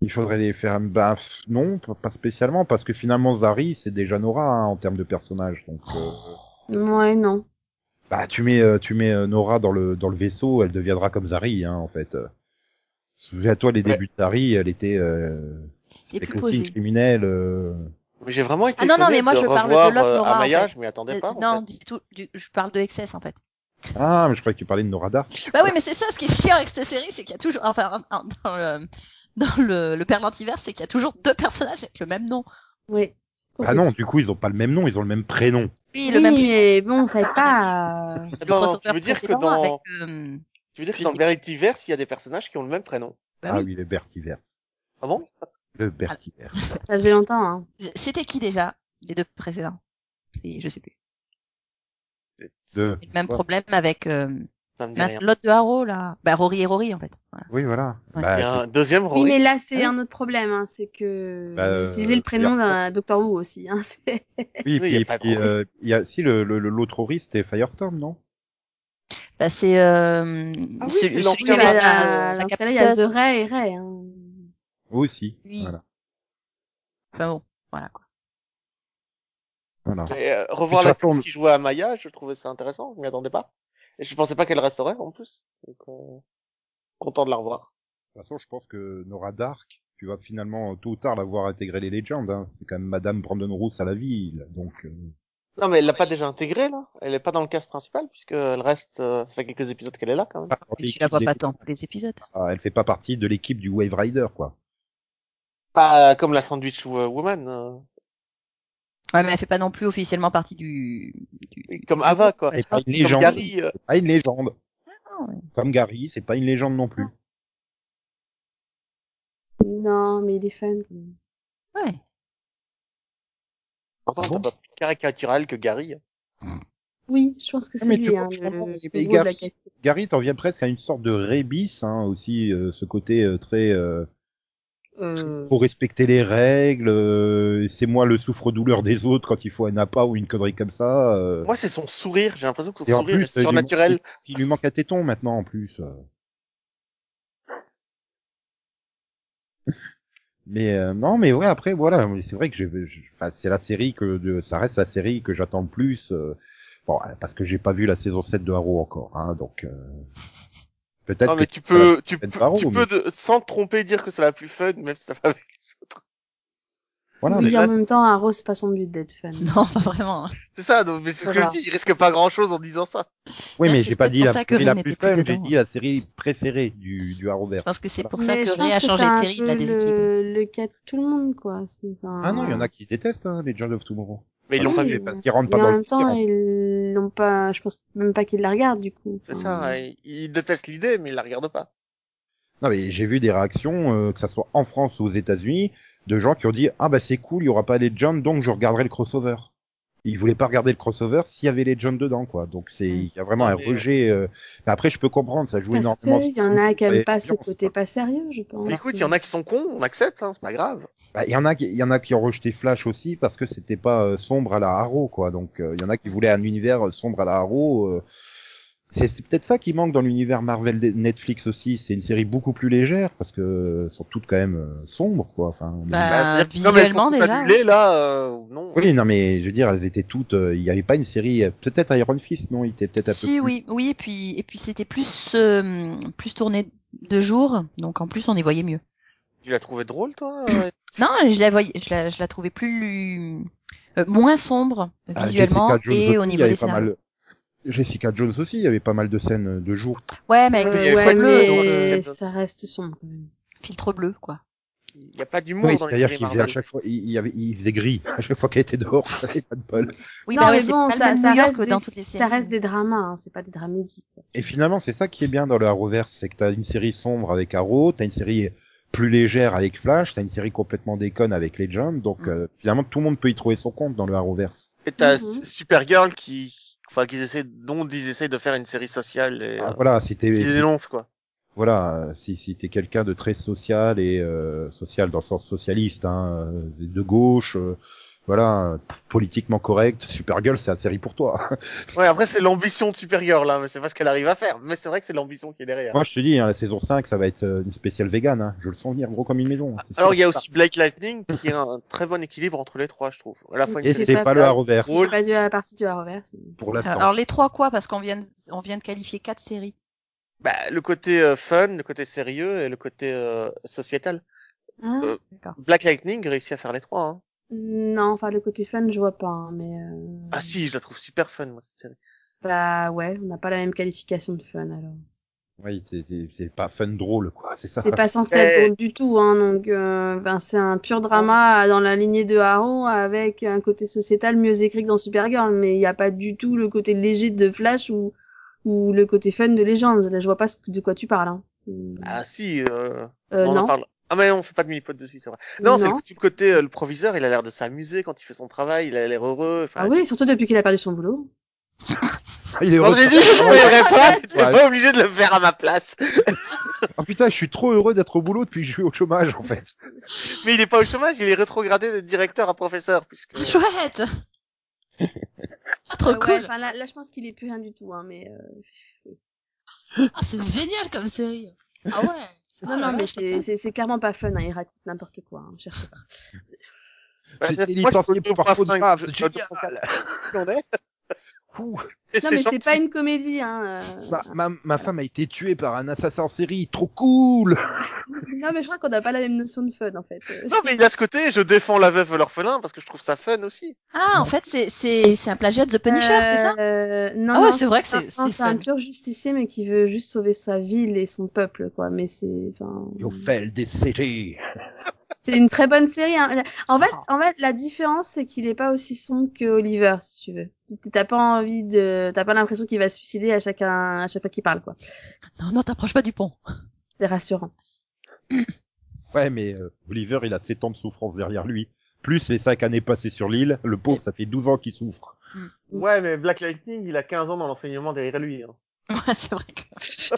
Il faudrait les faire. Bah pff, non, p- pas spécialement, parce que finalement Zari c'est déjà Nora hein, en termes de personnage. Donc euh, ouais, non. bah tu mets euh, tu mets euh, Nora dans le dans le vaisseau, elle deviendra comme Zari hein, en fait. Euh, Souviens-toi les Ouais. débuts de Zari, elle était euh, Il est avec plus le signe posé. criminel. euh, Mais j'ai vraiment été Ah non, non, étonné mais moi, de je parle de revoir, l'autre euh, Nora, en Amaya, fait. je m'y attendais pas. Euh, en non, du tout. du- je parle de Excess, en fait. Ah, mais je croyais que tu parlais de Nora Dark. Bah oui, mais c'est ça, ce qui est chiant avec cette série, c'est qu'il y a toujours, enfin, en- en- dans le, dans le, le Père Lantiverse, c'est qu'il y a toujours deux personnages avec le même nom. Oui. Ah non, du coup, ils ont pas le même nom, ils ont le même prénom. Oui, Oui, le même mais prénom, bon, c'est c'est pas. euh, Le Non, non, Ah, crossover Eh ben, tu veux dire que précédent dans- avec, euh, Tu veux dire que Je dans sais Verityverse, il y a des personnages qui ont le même prénom. bah ah oui. oui, le Bertiverse. Ah bon Le Bertiverse. Ça faisait longtemps, hein. C'était qui déjà les deux précédents C'est- Je sais plus. Ah. De... Et le même Ouais. problème avec euh, Ça me dit rien. mince, l'autre de Haro là. Bah Rory et Rory en fait. Voilà. Oui, voilà. Il Ouais. y a Bah, un deuxième Oui, Rory. mais là, c'est Ah un autre problème, hein. C'est que. Bah, vous euh, utilisez le prénom d'un Doctor Who aussi, hein. c'est- c'est- oui, Oui, puis, y a puis, pas de- euh, il y a si le le- le- l'autre Rory, c'était Firestorm, non Bah, c'est euh, Ah oui, ce- c'est celui l'ancien qui Oui, avait bah, sa- là, sa dans ce cas-là, il y a capitale. The Ray et Ray, hein. Aussi. Oui. Voilà. Enfin bon, voilà quoi. voilà. Et, euh, revoir Puis, de l'actrice toute façon, qui jouait à Maya, je trouvais ça intéressant, je m'y attendais pas. Et je pensais pas qu'elle resterait en plus. Donc, euh, content de la revoir. De toute façon, je pense que Nora Dark, tu vas finalement tôt ou tard l'avoir intégrée les légendes. Hein. C'est quand même Madame Brandon Roos à la ville, donc. euh, Non, mais elle l'a pas déjà intégrée, là. Elle est pas dans le cast principal, puisqu'elle reste, euh, ça fait quelques épisodes qu'elle est là, quand même. pas Et tu l'équipe Ah, la vois des- pas dans tous les épisodes. Ah, elle fait pas partie de l'équipe du Wave Rider, quoi. Pas euh, comme la Sandwich Wo- Woman, euh, Ouais, mais elle fait pas non plus officiellement partie du. du- et Ah, comme Ava, quoi. C'est pas une Comme légende. Gary, euh, C'est pas une légende. Ah, ouais. Ah. Comme Gary, c'est pas une légende non plus. Non, mais il est fun. quand même. Ouais. Ah bon pourtant, Euh. c'est pas plus caricatural que Gary. Oui, je pense Ah, que c'est mais tu lui, vois, hein, le, vraiment, le les gros de la Vegas. caisse. Gary, t'en viens presque à une sorte de rébis, hein, aussi, euh, ce côté euh, très. Euh, Euh, faut respecter les règles. euh, c'est moi le souffre-douleur des autres quand il faut un appât ou une connerie comme ça. euh, Moi, c'est son sourire, j'ai l'impression que son Et en sourire plus, euh, est il lui manque- surnaturel. Il lui manque un téton maintenant en plus. euh. Mais euh, non, mais ouais, après voilà, mais c'est vrai que j'ai, je- enfin, c'est la série que de- ça reste la série que j'attends le plus. euh, bon, euh, parce que j'ai pas vu la saison 7 de Arrow encore, hein, donc euh, peut-être. Non, mais que- tu peux, tu peux, peine par tu où, peux, de- sans te tromper, dire que c'est la plus fun, même si t'as pas avec les autres. voilà, oui, mais- mais en là, même c'est- temps, Arrow, c'est pas son but d'être fun. Non, pas vraiment. hein. C'est ça, donc, mais c'est ce que je Voilà. dis, il risque pas grand chose en disant ça. oui, là, mais c'est j'ai pas peut-être dit pour la ça que série la Ren plus était plus fun, j'ai dedans. dit la série préférée du du Arrowverse. Je pense que c'est pour Mais ça je que Ray pense a que changé de série, c'est il un l'a peu déséquilibré. le, le cas de tout le monde, quoi. C'est- enfin, Ah non, il y en a qui détestent hein, les Legends of Tomorrow. Mais ils l'ont Oui, pas C'est vu. parce qu'ils rentrent pas Mais dans en le même temps, système. ils n'ont pas, je pense même pas qu'ils la regardent, du coup. C'est Enfin, Mmh. ça, ils il détestent l'idée, mais ils la regardent pas. Non mais j'ai vu des réactions, euh, que ça soit en France ou aux États-Unis, de gens qui ont dit ah bah c'est cool, il y aura pas les John, donc je regarderai le crossover. Ils voulaient pas regarder le crossover s'il y avait les John dedans quoi. Donc c'est Mm. il y a vraiment Non, un mais- rejet. euh, mais après je peux comprendre, ça joue Parce énormément. qu'il y en a qui aiment Et- pas ce côté pas sérieux, je pense. Mais écoute, il y en a qui sont cons, on accepte, hein, c'est pas grave. Bah, Il y en a qui il y en a qui ont rejeté Flash aussi parce que c'était pas euh, sombre à la Arrow quoi. Donc euh, il y en a qui voulaient un univers euh, sombre à la Arrow. euh. C'est c'est peut-être ça qui manque dans l'univers Marvel des- Netflix aussi. C'est une série beaucoup plus légère parce que euh, elles sont toutes quand même euh, sombres quoi. Enfin. on est- Bah, Bah, c'est-à-dire que comme elles sont visuellement, toutes déjà, hein. annulées, là, euh, non. Oui, non, mais je veux dire, elles étaient toutes. euh, Il n'y avait pas une série. euh, Peut-être Iron Fist, non Il était peut-être un peu. Si, plus- oui, oui, et puis, et puis c'était plus, euh, plus tourné de jour, donc en plus on y voyait mieux. Tu l'as trouvé drôle, toi euh, Non, je la voyais, je la, je la trouvais plus euh, moins sombre Ah, visuellement Jessica Jones aussi, et au il y niveau avait des pas scénarios. mal- Jessica Jones aussi, il y avait pas mal de scènes euh, de jour. Ouais, mais avec Euh, il le y filtre ouais, avait pas de bleu, donc, mais euh, donc, euh, ça reste sombre. quand même. filtre bleu, quoi. Il y a pas d'humour Oui, dans les c'est-à-dire séries qu'il faisait à Marvel. chaque fois, il, il y avait, il faisait gris à chaque fois qu'elle était dehors. Ça fait pas de bol. Oui, non, bah ouais, mais c'est bon, pas ça, le même ça New York reste que dans des, toutes les ça séries. reste des dramas, hein, c'est pas des dramédies. quoi. Et finalement, c'est ça qui est bien dans le Arrowverse, c'est que t'as une série sombre avec Arrow, t'as une série plus légère avec Flash, t'as une série complètement déconne avec Legend. Donc Mm. euh, finalement, tout le monde peut y trouver son compte dans le Arrowverse. Et t'as Mhm. S- Supergirl qui, enfin, qu'ils essaient, dont ils essayent de faire une série sociale et, Ah, euh, voilà, c'était. qui les dénoncent, quoi. voilà, euh, si, si t'es quelqu'un de très social et euh, social dans le sens socialiste, hein, euh, de gauche, euh, voilà, euh, politiquement correct, Supergirl, c'est la série pour toi. Ouais, après, c'est l'ambition de Supergirl, là, mais c'est pas ce qu'elle arrive à faire. Mais c'est vrai que c'est l'ambition qui est derrière. Moi, je te dis, hein, la saison 5, ça va être euh, une spéciale vegan. Hein. Je le sens venir gros comme une maison. hein, c'est Alors, sûr. il y a aussi Blake Lightning qui a un très bon équilibre entre les trois, je trouve. À la fois une Et série c'est pas, pas le mal. Arrowverse Drôle. C'est pas dû à la partie du Arrowverse. pour Euh, l'instant. Alors les trois quoi, parce qu'on vient de, on vient de qualifier quatre séries. bah, le côté euh, fun, le côté sérieux et le côté euh, sociétal. Hein Euh, D'accord. Black Lightning réussit à faire les trois. Hein. Non, enfin le côté fun, je vois pas, hein, mais euh, Ah si, je la trouve super fun moi cette série. bah ouais, on n'a pas la même qualification de fun alors. Oui, c'est- c'est c'est pas fun drôle, quoi, c'est ça. C'est pas censé être Eh. drôle du tout, hein, donc euh, ben, c'est un pur drama dans la lignée de Arrow avec un côté sociétal mieux écrit que dans Supergirl, mais il n'y a pas du tout le côté léger de Flash ou, ou le côté fun de Legends. Là, je vois pas ce- de quoi tu parles. Hein. Euh, Ah si, euh, euh, on en non, parle. Ah mais on fait pas de mini-pod dessus, c'est vrai. Non, c'est Non. le tout le côté, euh, le proviseur, il a l'air de s'amuser quand il fait son travail, il a l'air heureux. enfin, Ah oui, surtout depuis qu'il a perdu son boulot. Il est Quand heureux j'ai de dit Ah que je faire- spoilerais pas, t'es Ouais. pas obligé de le faire à ma place. Ah putain, je suis trop heureux d'être au boulot depuis que je suis au chômage, en fait. Mais il est pas au chômage, il est rétrogradé de directeur à professeur, puisque. Chouette Ah, Trop Euh, ouais, cool enfin, là, là, je pense qu'il est plus rien du tout, hein, mais. euh, ah, C'est génial comme série Ah ouais Non, non, mais c'est- c'est c'est clairement pas fun. Hein. Il raconte n'importe quoi. Hein. Cherchez pas. Bah, J'ai c'est- été moi, je licencié peux pour faute cinq- grave, je- génial. je peux cinq- Qui on est Ouh, Et Non, c'est mais gentil. c'est pas une comédie. Hein. euh. ma, ma, ma femme a été tuée par un assassin en série, trop cool Non, mais je crois qu'on n'a pas la même notion de fun en fait. Euh, Non, mais il a ce côté, je défends la veuve et l'orphelin parce que je trouve ça fun aussi. Ah, en fait, c'est- c'est c'est un plagiat de The Punisher, c'est ça Euh, Non, Ah ouais, non, c'est vrai que c'est c'est un- c'est c'est un fun. pur justicier, mais qui veut juste sauver sa ville et son peuple, quoi. Mais c'est, enfin, You failed this city c'est une très bonne série. hein. En fait, Oh. en fait, la différence, c'est qu'il est pas aussi sombre que Oliver, si tu veux. T- T'as pas envie de, t'as pas l'impression qu'il va se suicider à chacun, à chaque fois qu'il parle, quoi. Non, non, t'approches pas du pont. C'est rassurant. Ouais, mais euh, Oliver, il a 7 ans de souffrance derrière lui. Plus les 5 années passées sur l'île, le pauvre, ça fait 12 ans qu'il souffre. Ouais, mais Black Lightning, il a 15 ans dans l'enseignement derrière lui. hein. Ouais, c'est vrai que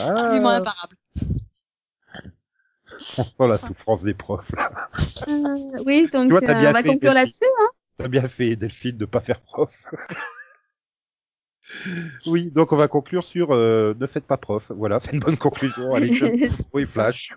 Ah, argument imparable. on sent Ah, la souffrance des profs, là. Euh, oui, donc vois, t'as euh, bien on va fait, conclure Delphine. là-dessus. T'as bien fait, Delphine, de pas faire prof. oui, donc on va conclure sur euh, ne faites pas prof. Voilà, c'est une bonne conclusion. Allez, je... oui, Flash.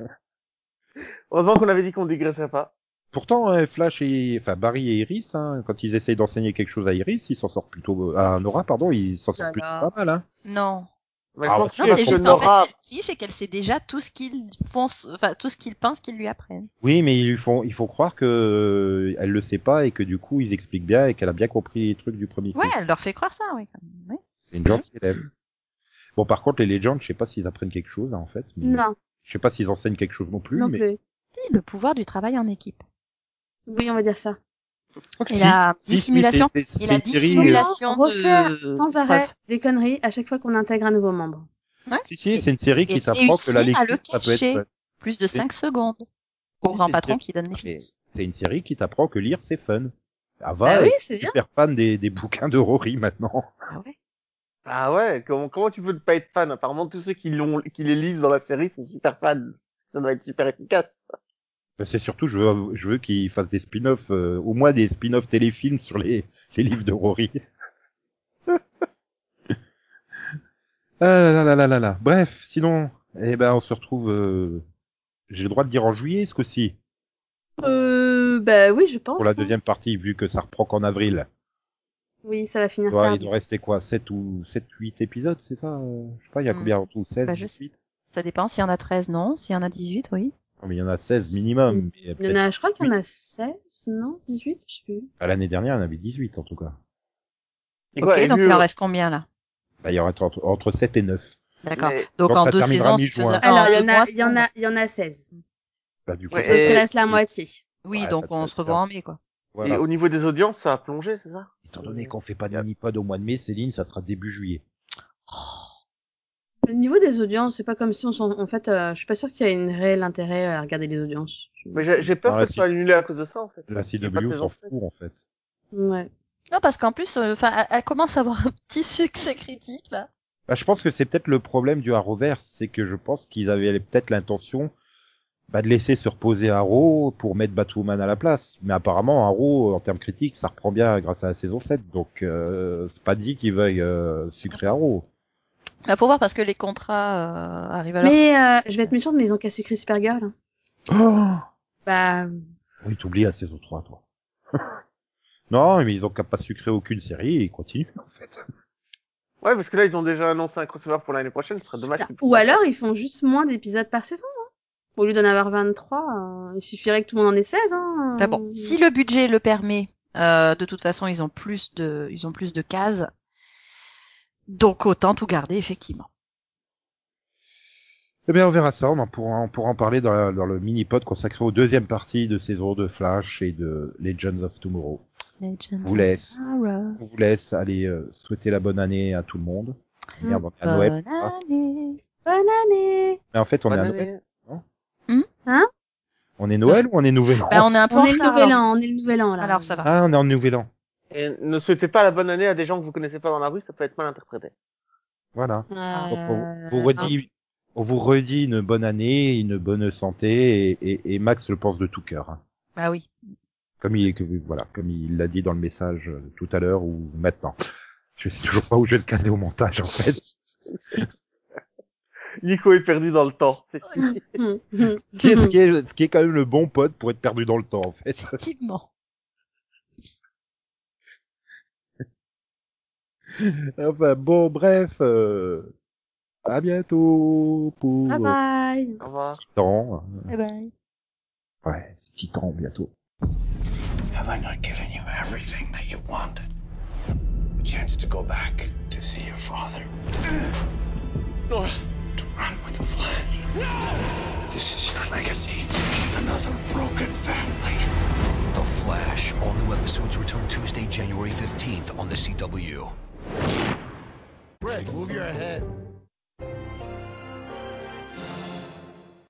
Heureusement qu'on avait dit qu'on dégraissait pas. Pourtant, euh, Flash et enfin Barry et Iris, hein, quand ils essayent d'enseigner quelque chose à Iris, ils s'en sortent plutôt euh, à Nora, pardon, ils s'en sortent Voilà. plutôt pas mal. Hein. Non. Mais Ah, je pense ouais. Non, que c'est juste en fait, Nora- elle quiche et qu'elle sait déjà tout ce qu'ils font, enfin, tout ce qu'ils pensent qu'ils lui apprennent. Oui, mais ils lui font, ils font croire que euh, elle le sait pas et que du coup ils expliquent bien et qu'elle a bien compris les trucs du premier. coup. Ouais, elle leur fait croire ça, oui. quand même, oui. C'est une gentille élève. Bon, par contre, les légendes, je sais pas s'ils apprennent quelque chose hein, en fait. mais- Non, Je sais pas s'ils enseignent quelque chose non plus. non mais... plus. Si, Le pouvoir du travail en équipe. Oui, on va dire ça. Et la Si, si, dissimulation. c'est- c'est- Et la c'est une série, euh, dissimulation. dissimulation Comment refaire de... Sans arrêt, des conneries à chaque fois qu'on intègre un nouveau membre. euh, Si, si, c'est une série qui Et t'apprend que la réussir lecture, à ça le peut être. cacher. fun. Plus de 5 secondes. Au Oui, grand c'est patron sûr. qui donne les Mais finances. c'est une série qui t'apprend que lire, c'est fun. Ah va, Bah elle oui, est c'est bien. super fan des, des bouquins de Rory maintenant. Ah ouais. Ah ouais, comment, comment tu peux ne pas être fan Apparemment, tous ceux qui, l'ont, qui les lisent dans la série sont super fans. Ça doit être super efficace. Ben, C'est surtout, je veux, je veux qu'ils fassent des spin-offs, euh, au moins des spin-offs téléfilms sur les, les livres de Rory. ah là là là là là là. Bref, sinon, eh ben, on se retrouve, euh, j'ai le droit de dire en juillet ce coup-ci, Euh, bah oui, je pense. pour la hein. deuxième partie, vu que ça reprend qu'en avril. Oui, ça va finir Ouais, tard. il doit rester quoi 7 ou 7 8 épisodes, c'est ça euh, Je sais pas, il y a Mm. Hmm. combien en tout 16 Bah, je 18? Ça dépend. S'il y en a 13, non. S'il y en a 18, oui. Non, mais il y en a 16 minimum. mais Mm. Il y en peut-être- a, je crois qu'il y en a 16, non 18, je sais plus. à L'année dernière, il y en avait 18 en tout cas. Et Ok, quoi, et donc vu, il en euh, reste combien là Bah, il y aura entre, entre 7 et 9. D'accord. mais- Donc Quand en ça deux terminera saisons, c'est mi-juin. faisable. Alors, en il y deux en a, mois, il y en a, il y en a 16. Bah, du coup, Ouais, ça- Donc, il Et- reste la moitié. Oui, Ouais, donc ça on peut se se revoit en mai, quoi. voilà. Et au niveau des audiences, ça a plongé, c'est ça Étant donné qu'on fait pas de mini-pod au mois de mai, Céline, ça sera début juillet. Le niveau des audiences, c'est pas comme si on s'en, en fait, euh, je suis pas sûr qu'il y a une réelle intérêt à regarder les audiences. Mais j'ai, j'ai peur Ah, que si. ce soit annulé à cause de ça, en fait. La Il y a pas de CW saison s'en sept. fout en fait. Ouais. Non, parce qu'en plus, euh, 'fin, elle, elle commence à avoir un petit succès critique, là. Bah, je pense que c'est peut-être le problème du Arrowverse, c'est que je pense qu'ils avaient peut-être l'intention bah, de laisser se reposer Arrow pour mettre Batwoman à la place. Mais apparemment, Arrow, en termes critiques, ça reprend bien grâce à la saison 7. Donc, euh, c'est pas dit qu'ils veuillent euh, sucrer Arrow. Bah, faut voir parce que les contrats euh, arrivent à leur Mais, euh, je vais être méchante, mais ils ont qu'à sucrer Supergirl. hein. Bah, oui, t'oublies la saison 3, toi. non, mais ils ont qu'à pas sucrer aucune série et ils continuent, en fait. Ouais, parce que là, ils ont déjà annoncé un crossover pour l'année prochaine, ce serait dommage. bah, qu'ils- ou alors, ils font juste moins d'épisodes par saison, hein. Au lieu d'en avoir 23, euh, il suffirait que tout le monde en ait 16, hein. Ah bon, si le budget le permet, euh, de toute façon, ils ont plus de, ils ont plus de cases. Donc autant tout garder, effectivement. Eh bien, on verra ça. On en pourra, on pourra en parler dans, la- dans le mini-pod consacré aux deuxième parties de saison de Flash et de Legends of Tomorrow. On vous laisse. Tomorrow. On vous laisse aller euh, souhaiter la bonne année à tout le monde. Mm. Merde, on est à Noël. Bonne année. Bonne année Mais en fait, on Bonne est à année. Noël. Hum Hein On est Noël ou on est Nouvel An Bah, on est un peu On en est le retard, nouvel alors. an, on est le nouvel an là. Alors, ça va. Ah, on est en Nouvel An. Et ne souhaitez pas la bonne année à des gens que vous connaissez pas dans la rue, ça peut être mal interprété. Voilà. Donc, Euh, on, vous redit, on vous redit une bonne année, une bonne santé, et, et- et Max le pense de tout cœur. hein. Bah oui. Comme il, que- voilà, comme il l'a dit dans le message euh, tout à l'heure ou maintenant. Je sais toujours pas où je vais le caser au montage, en fait. Nico est perdu dans le temps. C'est fini. hum, hum, Ce qui, est, ce hum. qui est- ce qui est quand même le bon pote pour être perdu dans le temps, en fait. Effectivement. Enfin, bon, bref, euh, à bientôt pour Bye bye Au revoir. Titan. Bye bye. Ouais, Titan, bientôt. Have I not given you everything that you wanted? A chance to go back to see your father. Nora. To run with the Flash. No! This is your legacy. Another broken family. The Flash. All new episodes return Tuesday, January 15th on The CW. Greg, move your head.